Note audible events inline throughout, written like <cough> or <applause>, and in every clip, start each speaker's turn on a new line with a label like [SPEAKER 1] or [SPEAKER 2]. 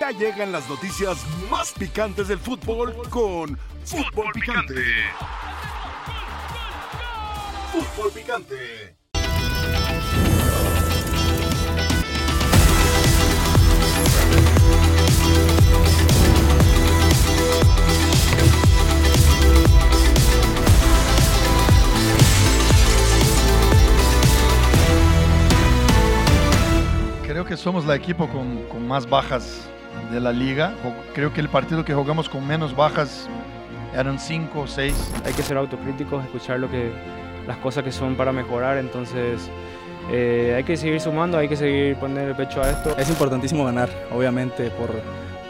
[SPEAKER 1] Ya llegan las noticias más picantes del fútbol con Fútbol Picante. Fútbol Picante.
[SPEAKER 2] Creo que somos la equipo con, con más bajas de la liga. Jo- Creo que el partido que jugamos con menos bajas eran 5 o 6.
[SPEAKER 3] hay que ser autocríticos, escuchar lo que, las cosas que son para mejorar, entonces eh, hay que seguir sumando, hay que seguir poner el pecho a esto.
[SPEAKER 4] Es importantísimo ganar, obviamente, por,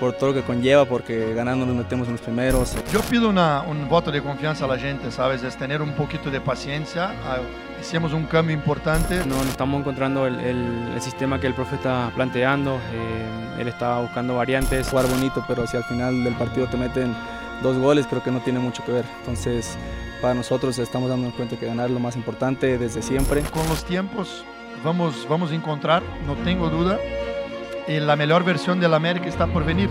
[SPEAKER 4] por todo lo que conlleva, porque ganando nos metemos en los primeros.
[SPEAKER 2] Yo pido una- un voto de confianza a la gente, ¿sabes? Es tener un poquito de paciencia. Ah, Hicimos un cambio importante.
[SPEAKER 3] No, no estamos encontrando el, el- el sistema que el profe está planteando, eh, él estaba buscando variantes.
[SPEAKER 4] Jugar bonito, pero si al final del partido te meten dos goles, creo que no tiene mucho que ver. Entonces, para nosotros estamos dando cuenta que ganar es lo más importante desde siempre.
[SPEAKER 2] Con los tiempos vamos, vamos a encontrar, no tengo duda. Y la mejor versión del América está por venir.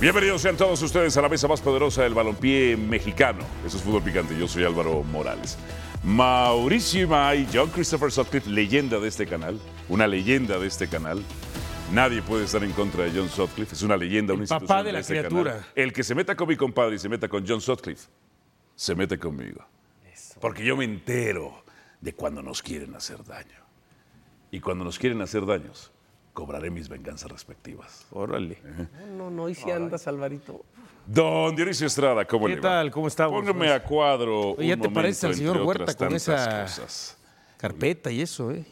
[SPEAKER 5] Bienvenidos sean todos ustedes a la mesa más poderosa del balompié mexicano. Eso es Fútbol Picante, yo soy Álvaro Morales. Mauricio May, John Christopher Sutcliffe, leyenda de este canal, una leyenda de este canal. Nadie puede estar en contra de John Sutcliffe, es una leyenda, una
[SPEAKER 6] El papá
[SPEAKER 5] institución
[SPEAKER 6] de la
[SPEAKER 5] este
[SPEAKER 6] criatura.
[SPEAKER 5] canal. El que se meta con mi compadre y se meta con John Sutcliffe, se mete conmigo. Porque yo me entero de cuando nos quieren hacer daño. Y cuando nos quieren hacer daños, cobraré mis venganzas respectivas.
[SPEAKER 6] Órale.
[SPEAKER 7] No, no, y si andas, Alvarito.
[SPEAKER 5] Don Dionisio Estrada, ¿cómo
[SPEAKER 6] ¿Qué
[SPEAKER 5] le va?
[SPEAKER 6] tal? ¿Cómo está?
[SPEAKER 5] Póngame a cuadro.
[SPEAKER 6] Oye, ¿ya
[SPEAKER 5] un
[SPEAKER 6] te pareces al
[SPEAKER 5] momento,
[SPEAKER 6] señor
[SPEAKER 5] entre
[SPEAKER 6] Huerta
[SPEAKER 5] otras
[SPEAKER 6] con
[SPEAKER 5] tantas
[SPEAKER 6] esa-
[SPEAKER 5] cosas.
[SPEAKER 6] Carpeta y eso, ¿eh?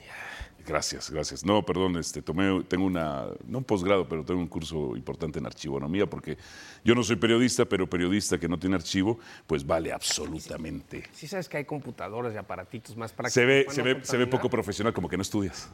[SPEAKER 5] Gracias, gracias. No, perdón, este, tomé, tengo una, no un posgrado, pero tengo un curso importante en archivonomía, porque yo no soy periodista, pero periodista que no tiene archivo, pues vale absolutamente.
[SPEAKER 7] Sí sabes que hay computadoras y aparatitos más prácticos.
[SPEAKER 5] Se ve,
[SPEAKER 7] para
[SPEAKER 5] se
[SPEAKER 7] no
[SPEAKER 5] ve, se ve poco
[SPEAKER 7] contaminar,
[SPEAKER 5] profesional, como que no estudias.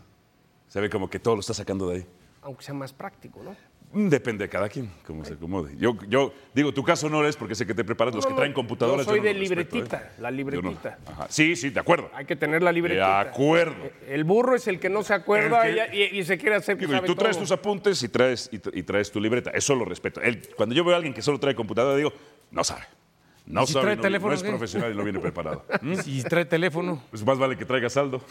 [SPEAKER 5] Se ve como que todo lo está sacando de ahí.
[SPEAKER 7] Aunque sea más práctico, ¿no?
[SPEAKER 5] Mm, Depende de cada quien, como se acomode. Yo, yo digo, tu caso no es porque sé que te preparas los
[SPEAKER 7] No,
[SPEAKER 5] que
[SPEAKER 7] no,
[SPEAKER 5] traen
[SPEAKER 7] yo
[SPEAKER 5] computadoras.
[SPEAKER 7] soy
[SPEAKER 5] no
[SPEAKER 7] de
[SPEAKER 5] los respeto, ¿eh?
[SPEAKER 7] libretita, la
[SPEAKER 5] Yo no.
[SPEAKER 7] libretita.
[SPEAKER 5] Ajá. Sí, sí, de acuerdo.
[SPEAKER 7] Hay que tener la libretita. E-,
[SPEAKER 5] De acuerdo.
[SPEAKER 7] El burro es el que no se acuerda
[SPEAKER 5] El que-
[SPEAKER 7] y, y- y se quiere hacer que
[SPEAKER 5] Digo, y
[SPEAKER 7] sabe
[SPEAKER 5] tú traes
[SPEAKER 7] todo.
[SPEAKER 5] tus apuntes y traes, y, tra- y traes tu libreta. Eso lo respeto. Él- cuando yo veo a alguien que solo trae computadora, digo, no sabe. No
[SPEAKER 6] si
[SPEAKER 5] sabe,
[SPEAKER 6] trae
[SPEAKER 5] no,
[SPEAKER 6] teléfono,
[SPEAKER 5] no es
[SPEAKER 6] qué?
[SPEAKER 5] profesional y no viene
[SPEAKER 6] <laughs>
[SPEAKER 5] preparado. ¿Mm?
[SPEAKER 6] Si trae teléfono.
[SPEAKER 5] Pues más vale que traiga
[SPEAKER 6] <laughs>
[SPEAKER 5] saldo.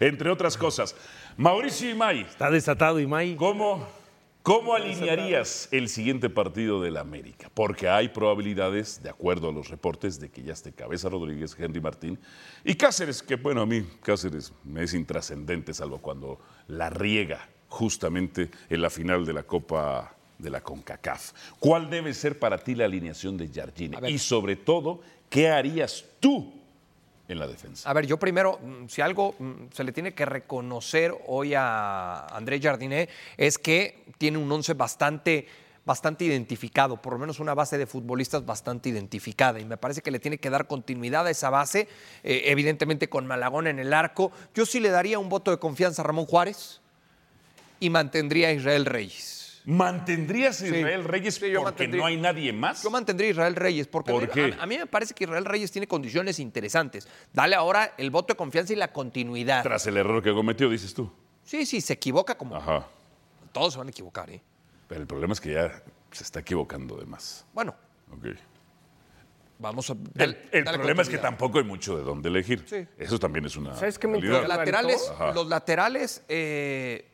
[SPEAKER 5] Entre otras cosas. Mauricio Imay,
[SPEAKER 6] Está desatado y May.
[SPEAKER 5] ¿Cómo, ¿Cómo alinearías el siguiente partido del América? Porque hay probabilidades, de acuerdo a los reportes, de que ya esté Cabeza Rodríguez, Henry Martín y Cáceres, que bueno, a mí Cáceres me es intrascendente, salvo cuando la riega justamente en la final de la Copa de la CONCACAF. ¿Cuál debe ser para ti la alineación de Jardine? Y sobre todo, ¿qué harías tú en la defensa?
[SPEAKER 8] A ver, yo primero, mm, si algo mm, se le tiene que reconocer hoy a André Jardiné es que tiene un once bastante bastante identificado, por lo menos una base de futbolistas bastante identificada y me parece que le tiene que dar continuidad a esa base, eh, evidentemente con Malagón en el arco. Yo sí le daría un voto de confianza a Ramón Juárez y mantendría a Israel Reyes.
[SPEAKER 5] ¿Mantendrías a Israel Reyes
[SPEAKER 8] Sí, yo
[SPEAKER 5] porque
[SPEAKER 8] mantendría.
[SPEAKER 5] no hay nadie más?
[SPEAKER 8] Yo mantendría a Israel Reyes, porque
[SPEAKER 5] ¿Por
[SPEAKER 8] a, mí,
[SPEAKER 5] qué?
[SPEAKER 8] a- a mí me parece que Israel Reyes tiene condiciones interesantes. Dale ahora el voto de confianza y la continuidad.
[SPEAKER 5] Tras el error que cometió, dices tú.
[SPEAKER 8] Sí, sí, se equivoca como
[SPEAKER 5] Ajá.
[SPEAKER 8] todos se van a equivocar, ¿eh?
[SPEAKER 5] Pero el problema es que ya se está equivocando de más.
[SPEAKER 8] Bueno,
[SPEAKER 5] Ok.
[SPEAKER 8] vamos a.
[SPEAKER 5] El,
[SPEAKER 8] dale-
[SPEAKER 5] el
[SPEAKER 8] dale
[SPEAKER 5] problema es que
[SPEAKER 8] continuidad.
[SPEAKER 5] tampoco hay mucho de dónde elegir.
[SPEAKER 8] Sí.
[SPEAKER 5] Eso también es una.
[SPEAKER 7] ¿Sabes qué me
[SPEAKER 5] realidad.
[SPEAKER 8] Los laterales,
[SPEAKER 5] Ajá.
[SPEAKER 8] los laterales eh,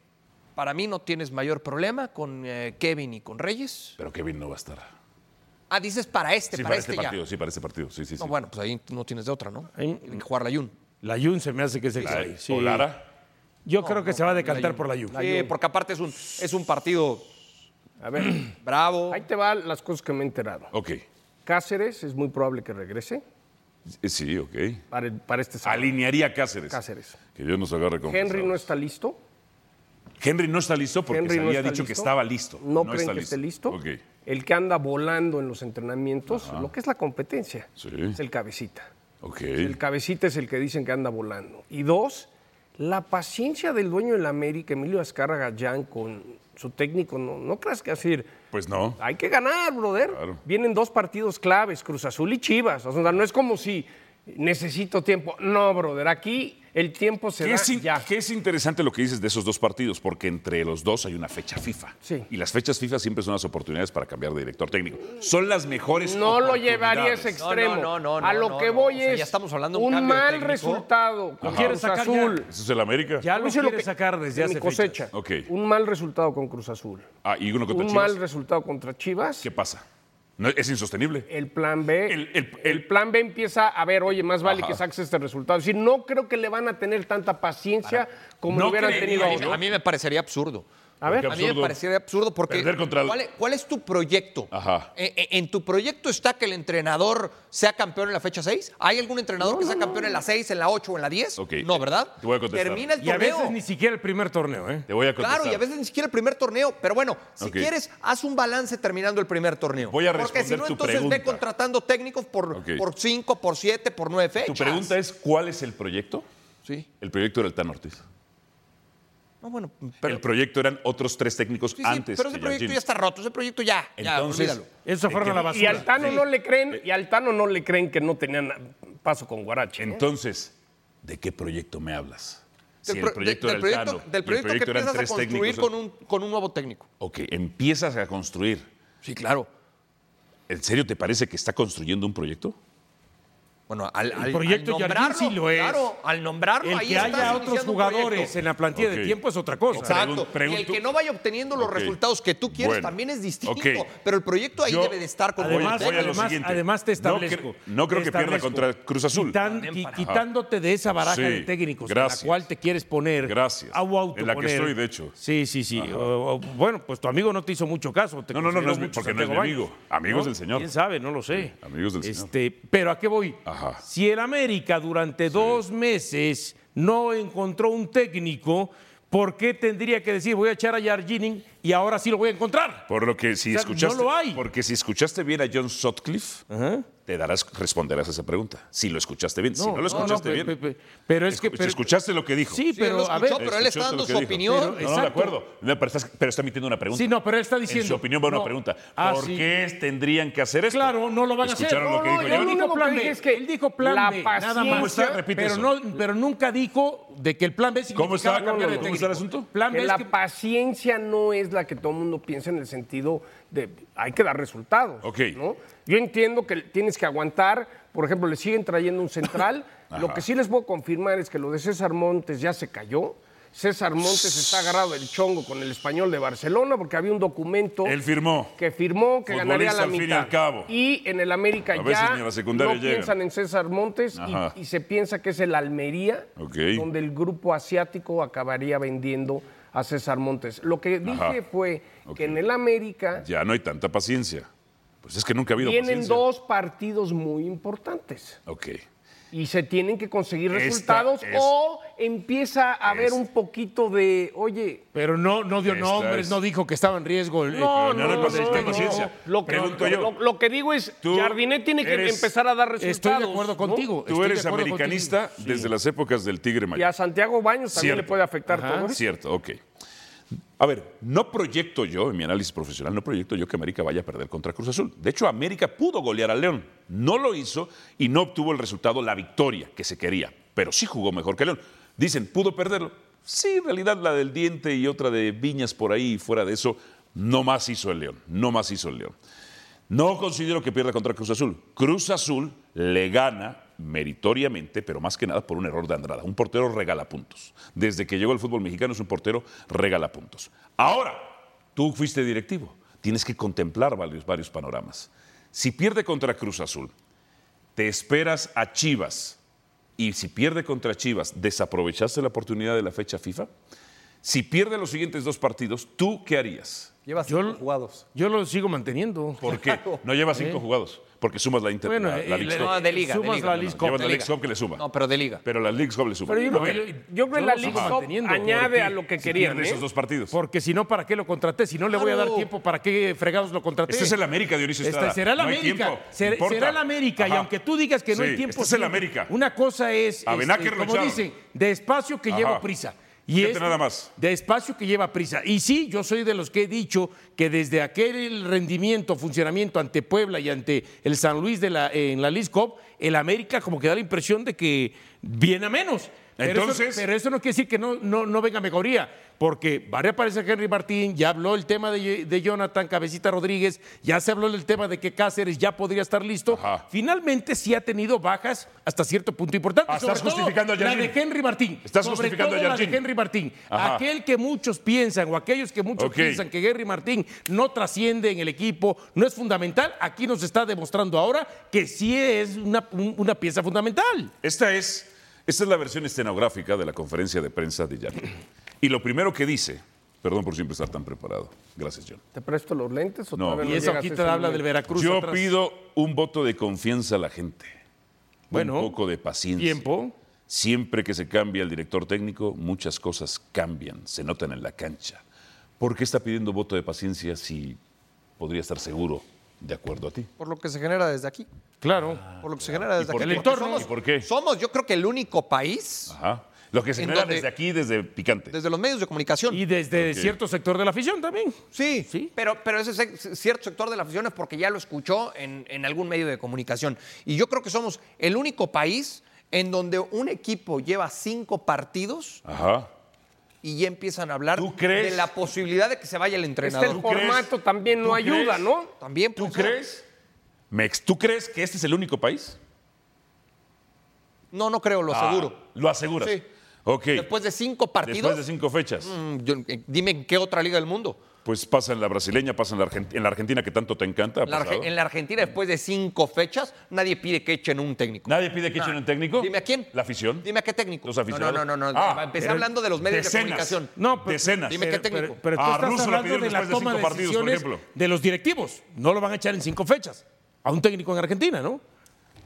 [SPEAKER 8] para mí no tienes mayor problema con eh, Kevin y con Reyes.
[SPEAKER 5] Pero Kevin no va a estar.
[SPEAKER 8] Ah, dices para este,
[SPEAKER 5] Sí,
[SPEAKER 8] para,
[SPEAKER 5] para este
[SPEAKER 8] este,
[SPEAKER 5] partido,
[SPEAKER 8] ya.
[SPEAKER 5] sí, para este partido. Sí, sí, sí.
[SPEAKER 8] No, bueno, pues ahí tú no tienes de otra, ¿no?
[SPEAKER 6] Ahí-
[SPEAKER 8] Tiene que jugar la Yun.
[SPEAKER 6] La Jun se me hace que se
[SPEAKER 5] Ay,
[SPEAKER 6] cae. sí.
[SPEAKER 5] E O Lara.
[SPEAKER 6] Yo creo que se va a decantar por la Jun.
[SPEAKER 8] Sí, porque aparte es un, es un partido
[SPEAKER 7] A ver,
[SPEAKER 8] <clears throat> bravo.
[SPEAKER 7] ahí te van las cosas que me he enterado.
[SPEAKER 5] Ok.
[SPEAKER 7] Cáceres es muy probable que regrese
[SPEAKER 5] Eh, Sí, ok.
[SPEAKER 7] para, el- para este sábado.
[SPEAKER 5] Alinearía a Cáceres.
[SPEAKER 7] Cáceres.
[SPEAKER 5] Que Dios nos agarre con.
[SPEAKER 7] Henry no está listo.
[SPEAKER 5] Henry no está listo porque
[SPEAKER 7] Henry
[SPEAKER 5] se
[SPEAKER 7] no
[SPEAKER 5] había
[SPEAKER 7] está
[SPEAKER 5] dicho que
[SPEAKER 7] listo.
[SPEAKER 5] estaba listo.
[SPEAKER 7] No, creen que esté listo.
[SPEAKER 5] Ok.
[SPEAKER 7] El que anda volando en los entrenamientos, lo que es la competencia,
[SPEAKER 5] Sí.
[SPEAKER 7] es el cabecita.
[SPEAKER 5] Ok.
[SPEAKER 7] El cabecita es el que dicen que anda volando. Y dos, la paciencia del dueño del América, Emilio Azcárraga Gallán, con su técnico, no, no creas que decir,
[SPEAKER 5] Pues no.
[SPEAKER 7] hay que ganar, brother.
[SPEAKER 5] Claro.
[SPEAKER 7] Vienen dos partidos claves, Cruz Azul y Chivas. O sea, no es como si necesito tiempo. No, brother, aquí el tiempo se
[SPEAKER 5] Que
[SPEAKER 7] da
[SPEAKER 5] es, in-
[SPEAKER 7] ya.
[SPEAKER 5] que es interesante lo que dices de esos dos partidos, porque entre los dos hay una fecha FIFA.
[SPEAKER 7] Sí.
[SPEAKER 5] Y las fechas FIFA siempre son las oportunidades para cambiar de director técnico. Son las mejores
[SPEAKER 7] No lo
[SPEAKER 5] oportunidades.
[SPEAKER 7] llevaría a ese
[SPEAKER 8] No, no,
[SPEAKER 7] extremo.
[SPEAKER 8] no, no,
[SPEAKER 7] a
[SPEAKER 8] no,
[SPEAKER 7] lo
[SPEAKER 8] no,
[SPEAKER 7] que
[SPEAKER 8] no.
[SPEAKER 7] voy
[SPEAKER 8] O sea,
[SPEAKER 7] es
[SPEAKER 8] ya estamos hablando de un
[SPEAKER 7] un
[SPEAKER 8] cambio de
[SPEAKER 7] mal
[SPEAKER 8] técnico.
[SPEAKER 7] resultado con
[SPEAKER 5] Ajá.
[SPEAKER 7] Cruz Azul.
[SPEAKER 5] ¿Ese es el América?
[SPEAKER 6] Ya lo
[SPEAKER 7] Eso es
[SPEAKER 6] quiere sacar desde
[SPEAKER 7] de
[SPEAKER 6] hace
[SPEAKER 7] mi cosecha.
[SPEAKER 5] fechas. Ok.
[SPEAKER 7] Un mal resultado con Cruz Azul.
[SPEAKER 5] Ah, y uno contra
[SPEAKER 7] Un
[SPEAKER 5] Chivas.
[SPEAKER 7] mal resultado contra Chivas.
[SPEAKER 5] ¿Qué pasa? No, es insostenible.
[SPEAKER 7] El plan B.
[SPEAKER 5] El- el- el-
[SPEAKER 7] plan B empieza a ver, oye, más vale
[SPEAKER 5] Ajá.
[SPEAKER 7] que saques este resultado. Es decir, no creo que le van a tener tanta paciencia como
[SPEAKER 5] No
[SPEAKER 7] lo hubieran
[SPEAKER 5] creería
[SPEAKER 7] tenido
[SPEAKER 5] yo,
[SPEAKER 7] ahora.
[SPEAKER 5] ¿no?
[SPEAKER 8] A mí me parecería absurdo.
[SPEAKER 7] A ver.
[SPEAKER 5] Qué
[SPEAKER 8] A mí me
[SPEAKER 5] absurdo.
[SPEAKER 8] parecería absurdo porque
[SPEAKER 5] Perder contra el-
[SPEAKER 8] ¿cuál, es, cuál es tu proyecto?
[SPEAKER 5] Ajá.
[SPEAKER 8] Eh, eh, ¿En tu proyecto está que el entrenador sea campeón en la fecha 6? ¿Hay algún entrenador que sea campeón en la 6, en la 8 o en la 10?
[SPEAKER 5] Ok,
[SPEAKER 8] No, ¿verdad?
[SPEAKER 5] te voy a contestar.
[SPEAKER 8] Termina el
[SPEAKER 6] Y a
[SPEAKER 8] torneo.
[SPEAKER 6] veces ni siquiera el primer torneo, ¿eh?
[SPEAKER 5] Te voy a contestar.
[SPEAKER 8] Claro, y a veces ni siquiera el primer torneo. Pero bueno, si
[SPEAKER 5] Ok.
[SPEAKER 8] quieres, haz un balance terminando el primer torneo.
[SPEAKER 5] Voy a
[SPEAKER 8] Porque si
[SPEAKER 5] responder
[SPEAKER 8] no,
[SPEAKER 5] tu
[SPEAKER 8] entonces ve
[SPEAKER 5] pregunta.
[SPEAKER 8] contratando técnicos por,
[SPEAKER 5] Ok.
[SPEAKER 8] por cinco, por siete, por nueve
[SPEAKER 5] Tu
[SPEAKER 8] fechas.
[SPEAKER 5] pregunta es, ¿cuál es el proyecto?
[SPEAKER 8] Sí.
[SPEAKER 5] El proyecto era el Tan Ortiz.
[SPEAKER 8] No, bueno, pero,
[SPEAKER 5] el proyecto eran otros tres técnicos
[SPEAKER 8] sí, sí,
[SPEAKER 5] antes.
[SPEAKER 8] pero ese
[SPEAKER 5] que
[SPEAKER 8] proyecto
[SPEAKER 5] Jardine.
[SPEAKER 8] ya está roto. Ese proyecto ya,
[SPEAKER 5] Entonces,
[SPEAKER 8] ya, olvídalo.
[SPEAKER 6] Eso fueron a la
[SPEAKER 7] Y
[SPEAKER 6] basura.
[SPEAKER 7] al Tano no le
[SPEAKER 5] Eh.
[SPEAKER 7] creen, y al Tano no le creen que no tenían paso con Guarache. ¿eh?
[SPEAKER 5] Entonces, ¿de qué proyecto me hablas? Si
[SPEAKER 8] pro-
[SPEAKER 5] el proyecto
[SPEAKER 8] de-
[SPEAKER 5] era el Tano, y
[SPEAKER 8] del
[SPEAKER 5] el
[SPEAKER 8] proyecto que
[SPEAKER 5] proyecto eran
[SPEAKER 8] empiezas a
[SPEAKER 5] tres
[SPEAKER 8] construir
[SPEAKER 5] técnicos.
[SPEAKER 8] con un, con un nuevo técnico.
[SPEAKER 5] Ok, empiezas a construir.
[SPEAKER 8] Sí, claro.
[SPEAKER 5] ¿En serio te parece que está construyendo un proyecto?
[SPEAKER 8] Bueno, al, al- al
[SPEAKER 6] proyecto Jardín
[SPEAKER 8] nombrarlo,
[SPEAKER 6] sí lo es.
[SPEAKER 8] Claro, al nombrarlo
[SPEAKER 6] El
[SPEAKER 8] ahí
[SPEAKER 6] que
[SPEAKER 8] estás
[SPEAKER 6] haya otros
[SPEAKER 8] iniciando un
[SPEAKER 6] jugadores
[SPEAKER 8] proyecto.
[SPEAKER 6] en la plantilla
[SPEAKER 5] Ok.
[SPEAKER 6] de tiempo es otra cosa.
[SPEAKER 8] Exacto.
[SPEAKER 5] Pregun- pregun-
[SPEAKER 8] y el que no vaya obteniendo los
[SPEAKER 5] Ok.
[SPEAKER 8] resultados que tú quieres
[SPEAKER 5] Bueno.
[SPEAKER 8] también es distinto.
[SPEAKER 5] Ok.
[SPEAKER 8] Pero el proyecto ahí
[SPEAKER 5] Yo-
[SPEAKER 8] debe de estar con
[SPEAKER 5] Voy a-
[SPEAKER 6] Además,
[SPEAKER 5] voy a lo
[SPEAKER 6] además,
[SPEAKER 5] siguiente.
[SPEAKER 6] además te
[SPEAKER 5] No cre-
[SPEAKER 6] establezco.
[SPEAKER 5] no creo
[SPEAKER 6] te
[SPEAKER 5] que pierda
[SPEAKER 6] establezco.
[SPEAKER 5] también para- Cruz Azul.
[SPEAKER 6] Quitan-
[SPEAKER 8] También
[SPEAKER 6] qui-
[SPEAKER 8] para-
[SPEAKER 6] quitándote de esa baraja
[SPEAKER 5] Sí,
[SPEAKER 6] de técnicos
[SPEAKER 5] gracias.
[SPEAKER 6] en la cual te quieres poner.
[SPEAKER 5] Gracias.
[SPEAKER 6] a- o autoponer.
[SPEAKER 5] En la que estoy, de hecho.
[SPEAKER 6] Sí, sí, sí. O- o- bueno, pues tu amigo no te hizo mucho caso. te
[SPEAKER 5] No, no, no, no es
[SPEAKER 6] consideró
[SPEAKER 5] mi-
[SPEAKER 6] mucho
[SPEAKER 5] porque no es mi
[SPEAKER 6] Santiago
[SPEAKER 5] amigo.
[SPEAKER 6] Baños.
[SPEAKER 5] Amigos
[SPEAKER 6] ¿No?
[SPEAKER 5] del señor.
[SPEAKER 6] ¿Quién sabe? No lo sé.
[SPEAKER 5] Sí, amigos del señor.
[SPEAKER 6] este, Pero ¿a qué voy?
[SPEAKER 5] Ajá.
[SPEAKER 6] Si el América durante dos meses no encontró un técnico, ¿por qué tendría que decir voy a echar a Yarginin y ahora sí lo voy a encontrar?
[SPEAKER 5] Por lo que si
[SPEAKER 6] O sea,
[SPEAKER 5] escuchaste.
[SPEAKER 6] no lo hay.
[SPEAKER 5] Porque si escuchaste bien a John Sutcliffe, te darás, responderás a esa pregunta. Si lo escuchaste bien. si no lo escuchaste
[SPEAKER 6] pe-
[SPEAKER 5] bien.
[SPEAKER 6] pe- pe- pero es que...
[SPEAKER 5] escu- si
[SPEAKER 6] pero-
[SPEAKER 5] escuchaste lo que dijo.
[SPEAKER 8] él
[SPEAKER 6] Sí,
[SPEAKER 8] lo
[SPEAKER 6] pero a ver...
[SPEAKER 8] escuchó, pero él está
[SPEAKER 5] Escuchaste
[SPEAKER 8] dando
[SPEAKER 5] lo que
[SPEAKER 8] su
[SPEAKER 5] dijo.
[SPEAKER 8] opinión.
[SPEAKER 6] Pero-
[SPEAKER 5] No, no, de
[SPEAKER 6] Exacto.
[SPEAKER 5] acuerdo. No, pero, estás- pero está emitiendo una pregunta.
[SPEAKER 6] Sí, no, pero él está
[SPEAKER 5] En su
[SPEAKER 6] diciendo,
[SPEAKER 5] opinión va una
[SPEAKER 6] no.
[SPEAKER 5] pregunta.
[SPEAKER 6] Ah,
[SPEAKER 5] ¿Por
[SPEAKER 6] sí.
[SPEAKER 5] qué tendrían que hacer esto?
[SPEAKER 6] Claro, no lo van a hacer.
[SPEAKER 5] Escucharon lo que
[SPEAKER 7] No,
[SPEAKER 5] dijo
[SPEAKER 7] no,
[SPEAKER 5] John.
[SPEAKER 7] yo
[SPEAKER 6] él
[SPEAKER 7] lo
[SPEAKER 6] dijo
[SPEAKER 7] único
[SPEAKER 6] plan
[SPEAKER 7] que
[SPEAKER 6] B,
[SPEAKER 7] dije es que
[SPEAKER 6] él dijo plan
[SPEAKER 7] la
[SPEAKER 6] B, nada
[SPEAKER 7] paciencia-
[SPEAKER 6] más.
[SPEAKER 5] ¿Cómo está? Repite
[SPEAKER 6] pero,
[SPEAKER 5] eso.
[SPEAKER 6] no, pero nunca dijo de que el plan B significaba
[SPEAKER 5] ¿Cómo está?
[SPEAKER 6] cambiar de
[SPEAKER 5] ¿Cómo está el
[SPEAKER 6] técnico.
[SPEAKER 5] asunto?
[SPEAKER 6] Plan B
[SPEAKER 7] que
[SPEAKER 6] es
[SPEAKER 7] la
[SPEAKER 6] que-
[SPEAKER 7] paciencia no es la que todo el mundo piensa en el sentido de hay que dar resultados.
[SPEAKER 5] Ok.
[SPEAKER 7] ¿no? Yo entiendo que tienes que aguantar. Por ejemplo, le siguen trayendo un
[SPEAKER 6] <laughs>
[SPEAKER 7] central. lo que sí les puedo confirmar es que lo de César Montes ya se cayó. César Montes está agarrado el chongo con el español de Barcelona porque había un documento
[SPEAKER 5] Él firmó.
[SPEAKER 7] que firmó que ganaría
[SPEAKER 5] Futbolista
[SPEAKER 7] la
[SPEAKER 5] al fin y
[SPEAKER 7] mitad.
[SPEAKER 5] al cabo.
[SPEAKER 7] Y en el América
[SPEAKER 5] A
[SPEAKER 7] ya
[SPEAKER 5] veces ni a la secundaria
[SPEAKER 7] no
[SPEAKER 5] llegan.
[SPEAKER 7] piensan en César Montes y-
[SPEAKER 5] Ajá.
[SPEAKER 7] y, se piensa que es el Almería
[SPEAKER 5] Ok.
[SPEAKER 7] donde el grupo asiático acabaría vendiendo a César Montes. Lo que dije
[SPEAKER 5] Ajá.
[SPEAKER 7] fue
[SPEAKER 5] Ok.
[SPEAKER 7] que en el América
[SPEAKER 5] Ya no hay tanta paciencia. Pues es que nunca ha habido
[SPEAKER 7] tienen
[SPEAKER 5] paciencia.
[SPEAKER 7] dos partidos muy importantes
[SPEAKER 5] Ok.
[SPEAKER 7] y se tienen que conseguir
[SPEAKER 5] Esta
[SPEAKER 7] resultados
[SPEAKER 5] es-
[SPEAKER 7] o empieza a haber
[SPEAKER 5] es-
[SPEAKER 7] un poquito de, oye,
[SPEAKER 6] Pero no, no dio
[SPEAKER 5] Esta
[SPEAKER 6] nombres,
[SPEAKER 5] es-
[SPEAKER 6] no dijo que estaba en riesgo. el-
[SPEAKER 5] no,
[SPEAKER 7] no,
[SPEAKER 5] no
[SPEAKER 7] no,
[SPEAKER 5] hay
[SPEAKER 7] no,
[SPEAKER 5] paciencia, hay
[SPEAKER 7] no,
[SPEAKER 5] paciencia.
[SPEAKER 7] Lo, que,
[SPEAKER 5] Pregunto yo.
[SPEAKER 7] lo- lo que digo es,
[SPEAKER 5] Tú
[SPEAKER 7] Jardinet tiene que
[SPEAKER 5] eres-
[SPEAKER 7] empezar a dar resultados.
[SPEAKER 6] Estoy de acuerdo
[SPEAKER 7] ¿no?
[SPEAKER 6] contigo.
[SPEAKER 5] Tú
[SPEAKER 6] estoy de
[SPEAKER 5] eres
[SPEAKER 6] acuerdo contigo.
[SPEAKER 5] americanista
[SPEAKER 6] Sí.
[SPEAKER 5] desde las épocas del Tigre
[SPEAKER 7] Y
[SPEAKER 5] Mayor.
[SPEAKER 7] a Santiago Baños también
[SPEAKER 5] Cierto.
[SPEAKER 7] le puede afectar todo eso.
[SPEAKER 5] Cierto, ok. A ver, no proyecto yo, en mi análisis profesional, no proyecto yo que América vaya a perder contra Cruz Azul. De hecho, América pudo golear al León. No lo hizo y no obtuvo el resultado, la victoria que se quería. Pero sí jugó mejor que León. Dicen, pudo perderlo. Sí, en realidad la del diente y otra de Viñas por ahí y fuera de eso, no más hizo el León. No más hizo el León. No considero que pierda contra Cruz Azul. Cruz Azul le gana meritoriamente, pero más que nada por un error de Andrada. Un portero regala puntos. Desde que llegó al fútbol mexicano es un portero regala puntos. Ahora, tú fuiste directivo. Tienes que contemplar varios, varios panoramas. Si pierde contra Cruz Azul, te esperas a Chivas y si pierde contra Chivas, desaprovechaste la oportunidad de la fecha FIFA. Si pierde los siguientes dos partidos, ¿tú qué harías?
[SPEAKER 8] Llevas
[SPEAKER 6] Yo-
[SPEAKER 8] cinco jugados.
[SPEAKER 6] Yo lo sigo manteniendo.
[SPEAKER 5] ¿Por qué? No lleva cinco jugados, porque sumas la Inter.
[SPEAKER 6] <laughs> Bueno,
[SPEAKER 5] la, la
[SPEAKER 6] eh,
[SPEAKER 5] Leagues
[SPEAKER 6] la-
[SPEAKER 5] Cup.
[SPEAKER 8] No, de liga.
[SPEAKER 6] Sumas
[SPEAKER 8] de liga,
[SPEAKER 6] la
[SPEAKER 8] no,
[SPEAKER 6] Leagues
[SPEAKER 8] no,
[SPEAKER 6] Cup.
[SPEAKER 5] Llevas la
[SPEAKER 8] de liga.
[SPEAKER 5] Leagues Cup que le suma.
[SPEAKER 8] No, pero de liga.
[SPEAKER 5] Pero la Leagues Cup le suma.
[SPEAKER 7] Pero yo creo
[SPEAKER 5] ¿Por
[SPEAKER 7] que-
[SPEAKER 5] qué?
[SPEAKER 7] yo creo que
[SPEAKER 6] Yo
[SPEAKER 7] la
[SPEAKER 6] lo sigo
[SPEAKER 7] League Cup
[SPEAKER 6] manteniendo,
[SPEAKER 7] añade
[SPEAKER 6] porque
[SPEAKER 7] a lo que
[SPEAKER 5] Si
[SPEAKER 7] querían.
[SPEAKER 5] pierde
[SPEAKER 7] ¿eh?
[SPEAKER 5] esos dos partidos. Este
[SPEAKER 6] Porque si no, ¿para qué lo contraté? Si no le voy a dar
[SPEAKER 8] Claro.
[SPEAKER 6] tiempo, ¿para qué fregados lo contraté?
[SPEAKER 5] Este es el América, Dionisio
[SPEAKER 6] Este
[SPEAKER 5] Estrada.
[SPEAKER 6] será el
[SPEAKER 5] No hay
[SPEAKER 6] América.
[SPEAKER 5] tiempo,
[SPEAKER 6] Ser-
[SPEAKER 5] importa.
[SPEAKER 6] será el América.
[SPEAKER 5] Ajá.
[SPEAKER 6] Y aunque tú digas que no
[SPEAKER 5] Sí,
[SPEAKER 6] hay tiempo.
[SPEAKER 5] este es el
[SPEAKER 6] sí,
[SPEAKER 5] América.
[SPEAKER 6] Una cosa es,
[SPEAKER 5] Avená que
[SPEAKER 6] como
[SPEAKER 5] rechazo.
[SPEAKER 6] dicen, despacio que
[SPEAKER 5] Ajá.
[SPEAKER 6] llevo prisa. Y
[SPEAKER 5] Fíjate nada más.
[SPEAKER 6] Despacio que lleva prisa. Y sí, yo soy de los que he dicho que desde aquel rendimiento, funcionamiento ante Puebla y ante el San Luis de la, en la League Cup, el América como que da la impresión de que viene a menos. Pero eso-
[SPEAKER 5] Entonces-
[SPEAKER 6] pero eso no quiere decir que no, no, no venga mejoría, porque va a reaparecer Henry Martín, ya habló el tema de, de Jonathan Cabecita Rodríguez, ya se habló del tema de que Cáceres ya podría estar listo.
[SPEAKER 5] Ajá.
[SPEAKER 6] Finalmente sí ha tenido bajas hasta cierto punto importante.
[SPEAKER 5] Ah, estás
[SPEAKER 6] sobre todo
[SPEAKER 5] justificando a
[SPEAKER 6] la
[SPEAKER 5] Yargin.
[SPEAKER 6] de Henry Martín.
[SPEAKER 5] Estás
[SPEAKER 6] sobre
[SPEAKER 5] justificando
[SPEAKER 6] todo
[SPEAKER 5] a
[SPEAKER 6] la de
[SPEAKER 5] Yargin.
[SPEAKER 6] Henry Martín.
[SPEAKER 5] Ajá.
[SPEAKER 6] Aquel que muchos piensan o aquellos que muchos
[SPEAKER 5] Ok.
[SPEAKER 6] piensan que Henry Martín no trasciende en el equipo, no es fundamental, aquí nos está demostrando ahora que sí es una- un- una pieza fundamental.
[SPEAKER 5] Esta es, esta es la versión estenográfica de la conferencia de prensa de Jan. Y lo primero que dice, perdón por siempre estar tan preparado. Gracias, John.
[SPEAKER 7] ¿Te presto los lentes o
[SPEAKER 5] No.
[SPEAKER 7] todavía
[SPEAKER 6] Y eso
[SPEAKER 7] llegas
[SPEAKER 6] aquí
[SPEAKER 7] a
[SPEAKER 6] te
[SPEAKER 7] ese
[SPEAKER 6] habla
[SPEAKER 7] nivel?
[SPEAKER 6] del Veracruz.
[SPEAKER 5] Yo
[SPEAKER 6] atrás.
[SPEAKER 5] pido un voto de confianza a la gente.
[SPEAKER 6] Bueno,
[SPEAKER 5] un poco de paciencia.
[SPEAKER 6] tiempo.
[SPEAKER 5] Siempre que se cambia el director técnico, muchas cosas cambian, se notan en la cancha. ¿Por qué está pidiendo voto de paciencia si podría estar seguro, de acuerdo a ti?
[SPEAKER 8] Por lo que se genera desde aquí.
[SPEAKER 6] Claro.
[SPEAKER 8] Por lo que se genera desde
[SPEAKER 5] por
[SPEAKER 8] aquí.
[SPEAKER 5] qué?
[SPEAKER 8] Porque
[SPEAKER 5] ¿Y
[SPEAKER 8] Somos,
[SPEAKER 5] por qué?
[SPEAKER 8] somos, yo creo que el único país
[SPEAKER 5] Ajá. Lo que se
[SPEAKER 8] En
[SPEAKER 5] genera
[SPEAKER 8] donde-
[SPEAKER 5] desde aquí, desde Picante.
[SPEAKER 8] desde los medios de comunicación.
[SPEAKER 6] Y desde
[SPEAKER 5] Ok.
[SPEAKER 6] cierto sector de la afición también.
[SPEAKER 8] Sí,
[SPEAKER 6] Sí.
[SPEAKER 8] Pero, pero ese sec- cierto sector de la afición es porque ya lo escuchó en, en algún medio de comunicación. Y yo creo que somos el único país en donde un equipo lleva cinco partidos
[SPEAKER 5] Ajá.
[SPEAKER 8] y ya empiezan a hablar
[SPEAKER 5] ¿Tú crees?
[SPEAKER 8] de la posibilidad de que se vaya el
[SPEAKER 7] Es que
[SPEAKER 8] entrenador.
[SPEAKER 7] el
[SPEAKER 5] ¿Tú crees?
[SPEAKER 7] Este formato también
[SPEAKER 5] ¿Tú
[SPEAKER 7] no ayuda,
[SPEAKER 5] crees?
[SPEAKER 7] ¿no?
[SPEAKER 8] También pues,
[SPEAKER 5] ¿Tú
[SPEAKER 8] puede ser.
[SPEAKER 5] crees? Mex, ¿tú crees que este es el único país?
[SPEAKER 8] No, no creo, lo aseguro.
[SPEAKER 5] Ah, ¿Lo aseguras?
[SPEAKER 8] Sí.
[SPEAKER 5] Ok.
[SPEAKER 8] Después de cinco partidos,
[SPEAKER 5] Después de cinco fechas.
[SPEAKER 8] mm, yo- eh, dime en qué otra liga del mundo.
[SPEAKER 5] Pues pasa en la brasileña, pasa en la, Argent- en la Argentina que tanto te encanta. ha
[SPEAKER 8] La Arge-
[SPEAKER 5] pasado.
[SPEAKER 8] en la Argentina, después de cinco fechas, nadie pide que echen un técnico.
[SPEAKER 5] ¿Nadie pide que echen un técnico?
[SPEAKER 8] Dime a quién.
[SPEAKER 5] ¿La afición?
[SPEAKER 8] Dime a qué técnico.
[SPEAKER 5] ¿Los aficionados?
[SPEAKER 8] No, no, no. no.
[SPEAKER 5] Ah,
[SPEAKER 8] Empecé
[SPEAKER 5] pero
[SPEAKER 8] hablando de los medios
[SPEAKER 5] decenas.
[SPEAKER 8] de comunicación.
[SPEAKER 5] No, pero- Decenas.
[SPEAKER 8] Dime qué
[SPEAKER 6] pero-
[SPEAKER 8] técnico.
[SPEAKER 6] Pero, pero tú
[SPEAKER 5] A
[SPEAKER 6] estás
[SPEAKER 5] Russo lo
[SPEAKER 6] hablando
[SPEAKER 5] pidieron
[SPEAKER 6] de la
[SPEAKER 5] después de
[SPEAKER 6] toma de
[SPEAKER 5] cinco partidos, por
[SPEAKER 6] decisiones
[SPEAKER 5] ejemplo.
[SPEAKER 6] de los directivos. No lo van a echar en cinco fechas. A un técnico en Argentina, ¿no?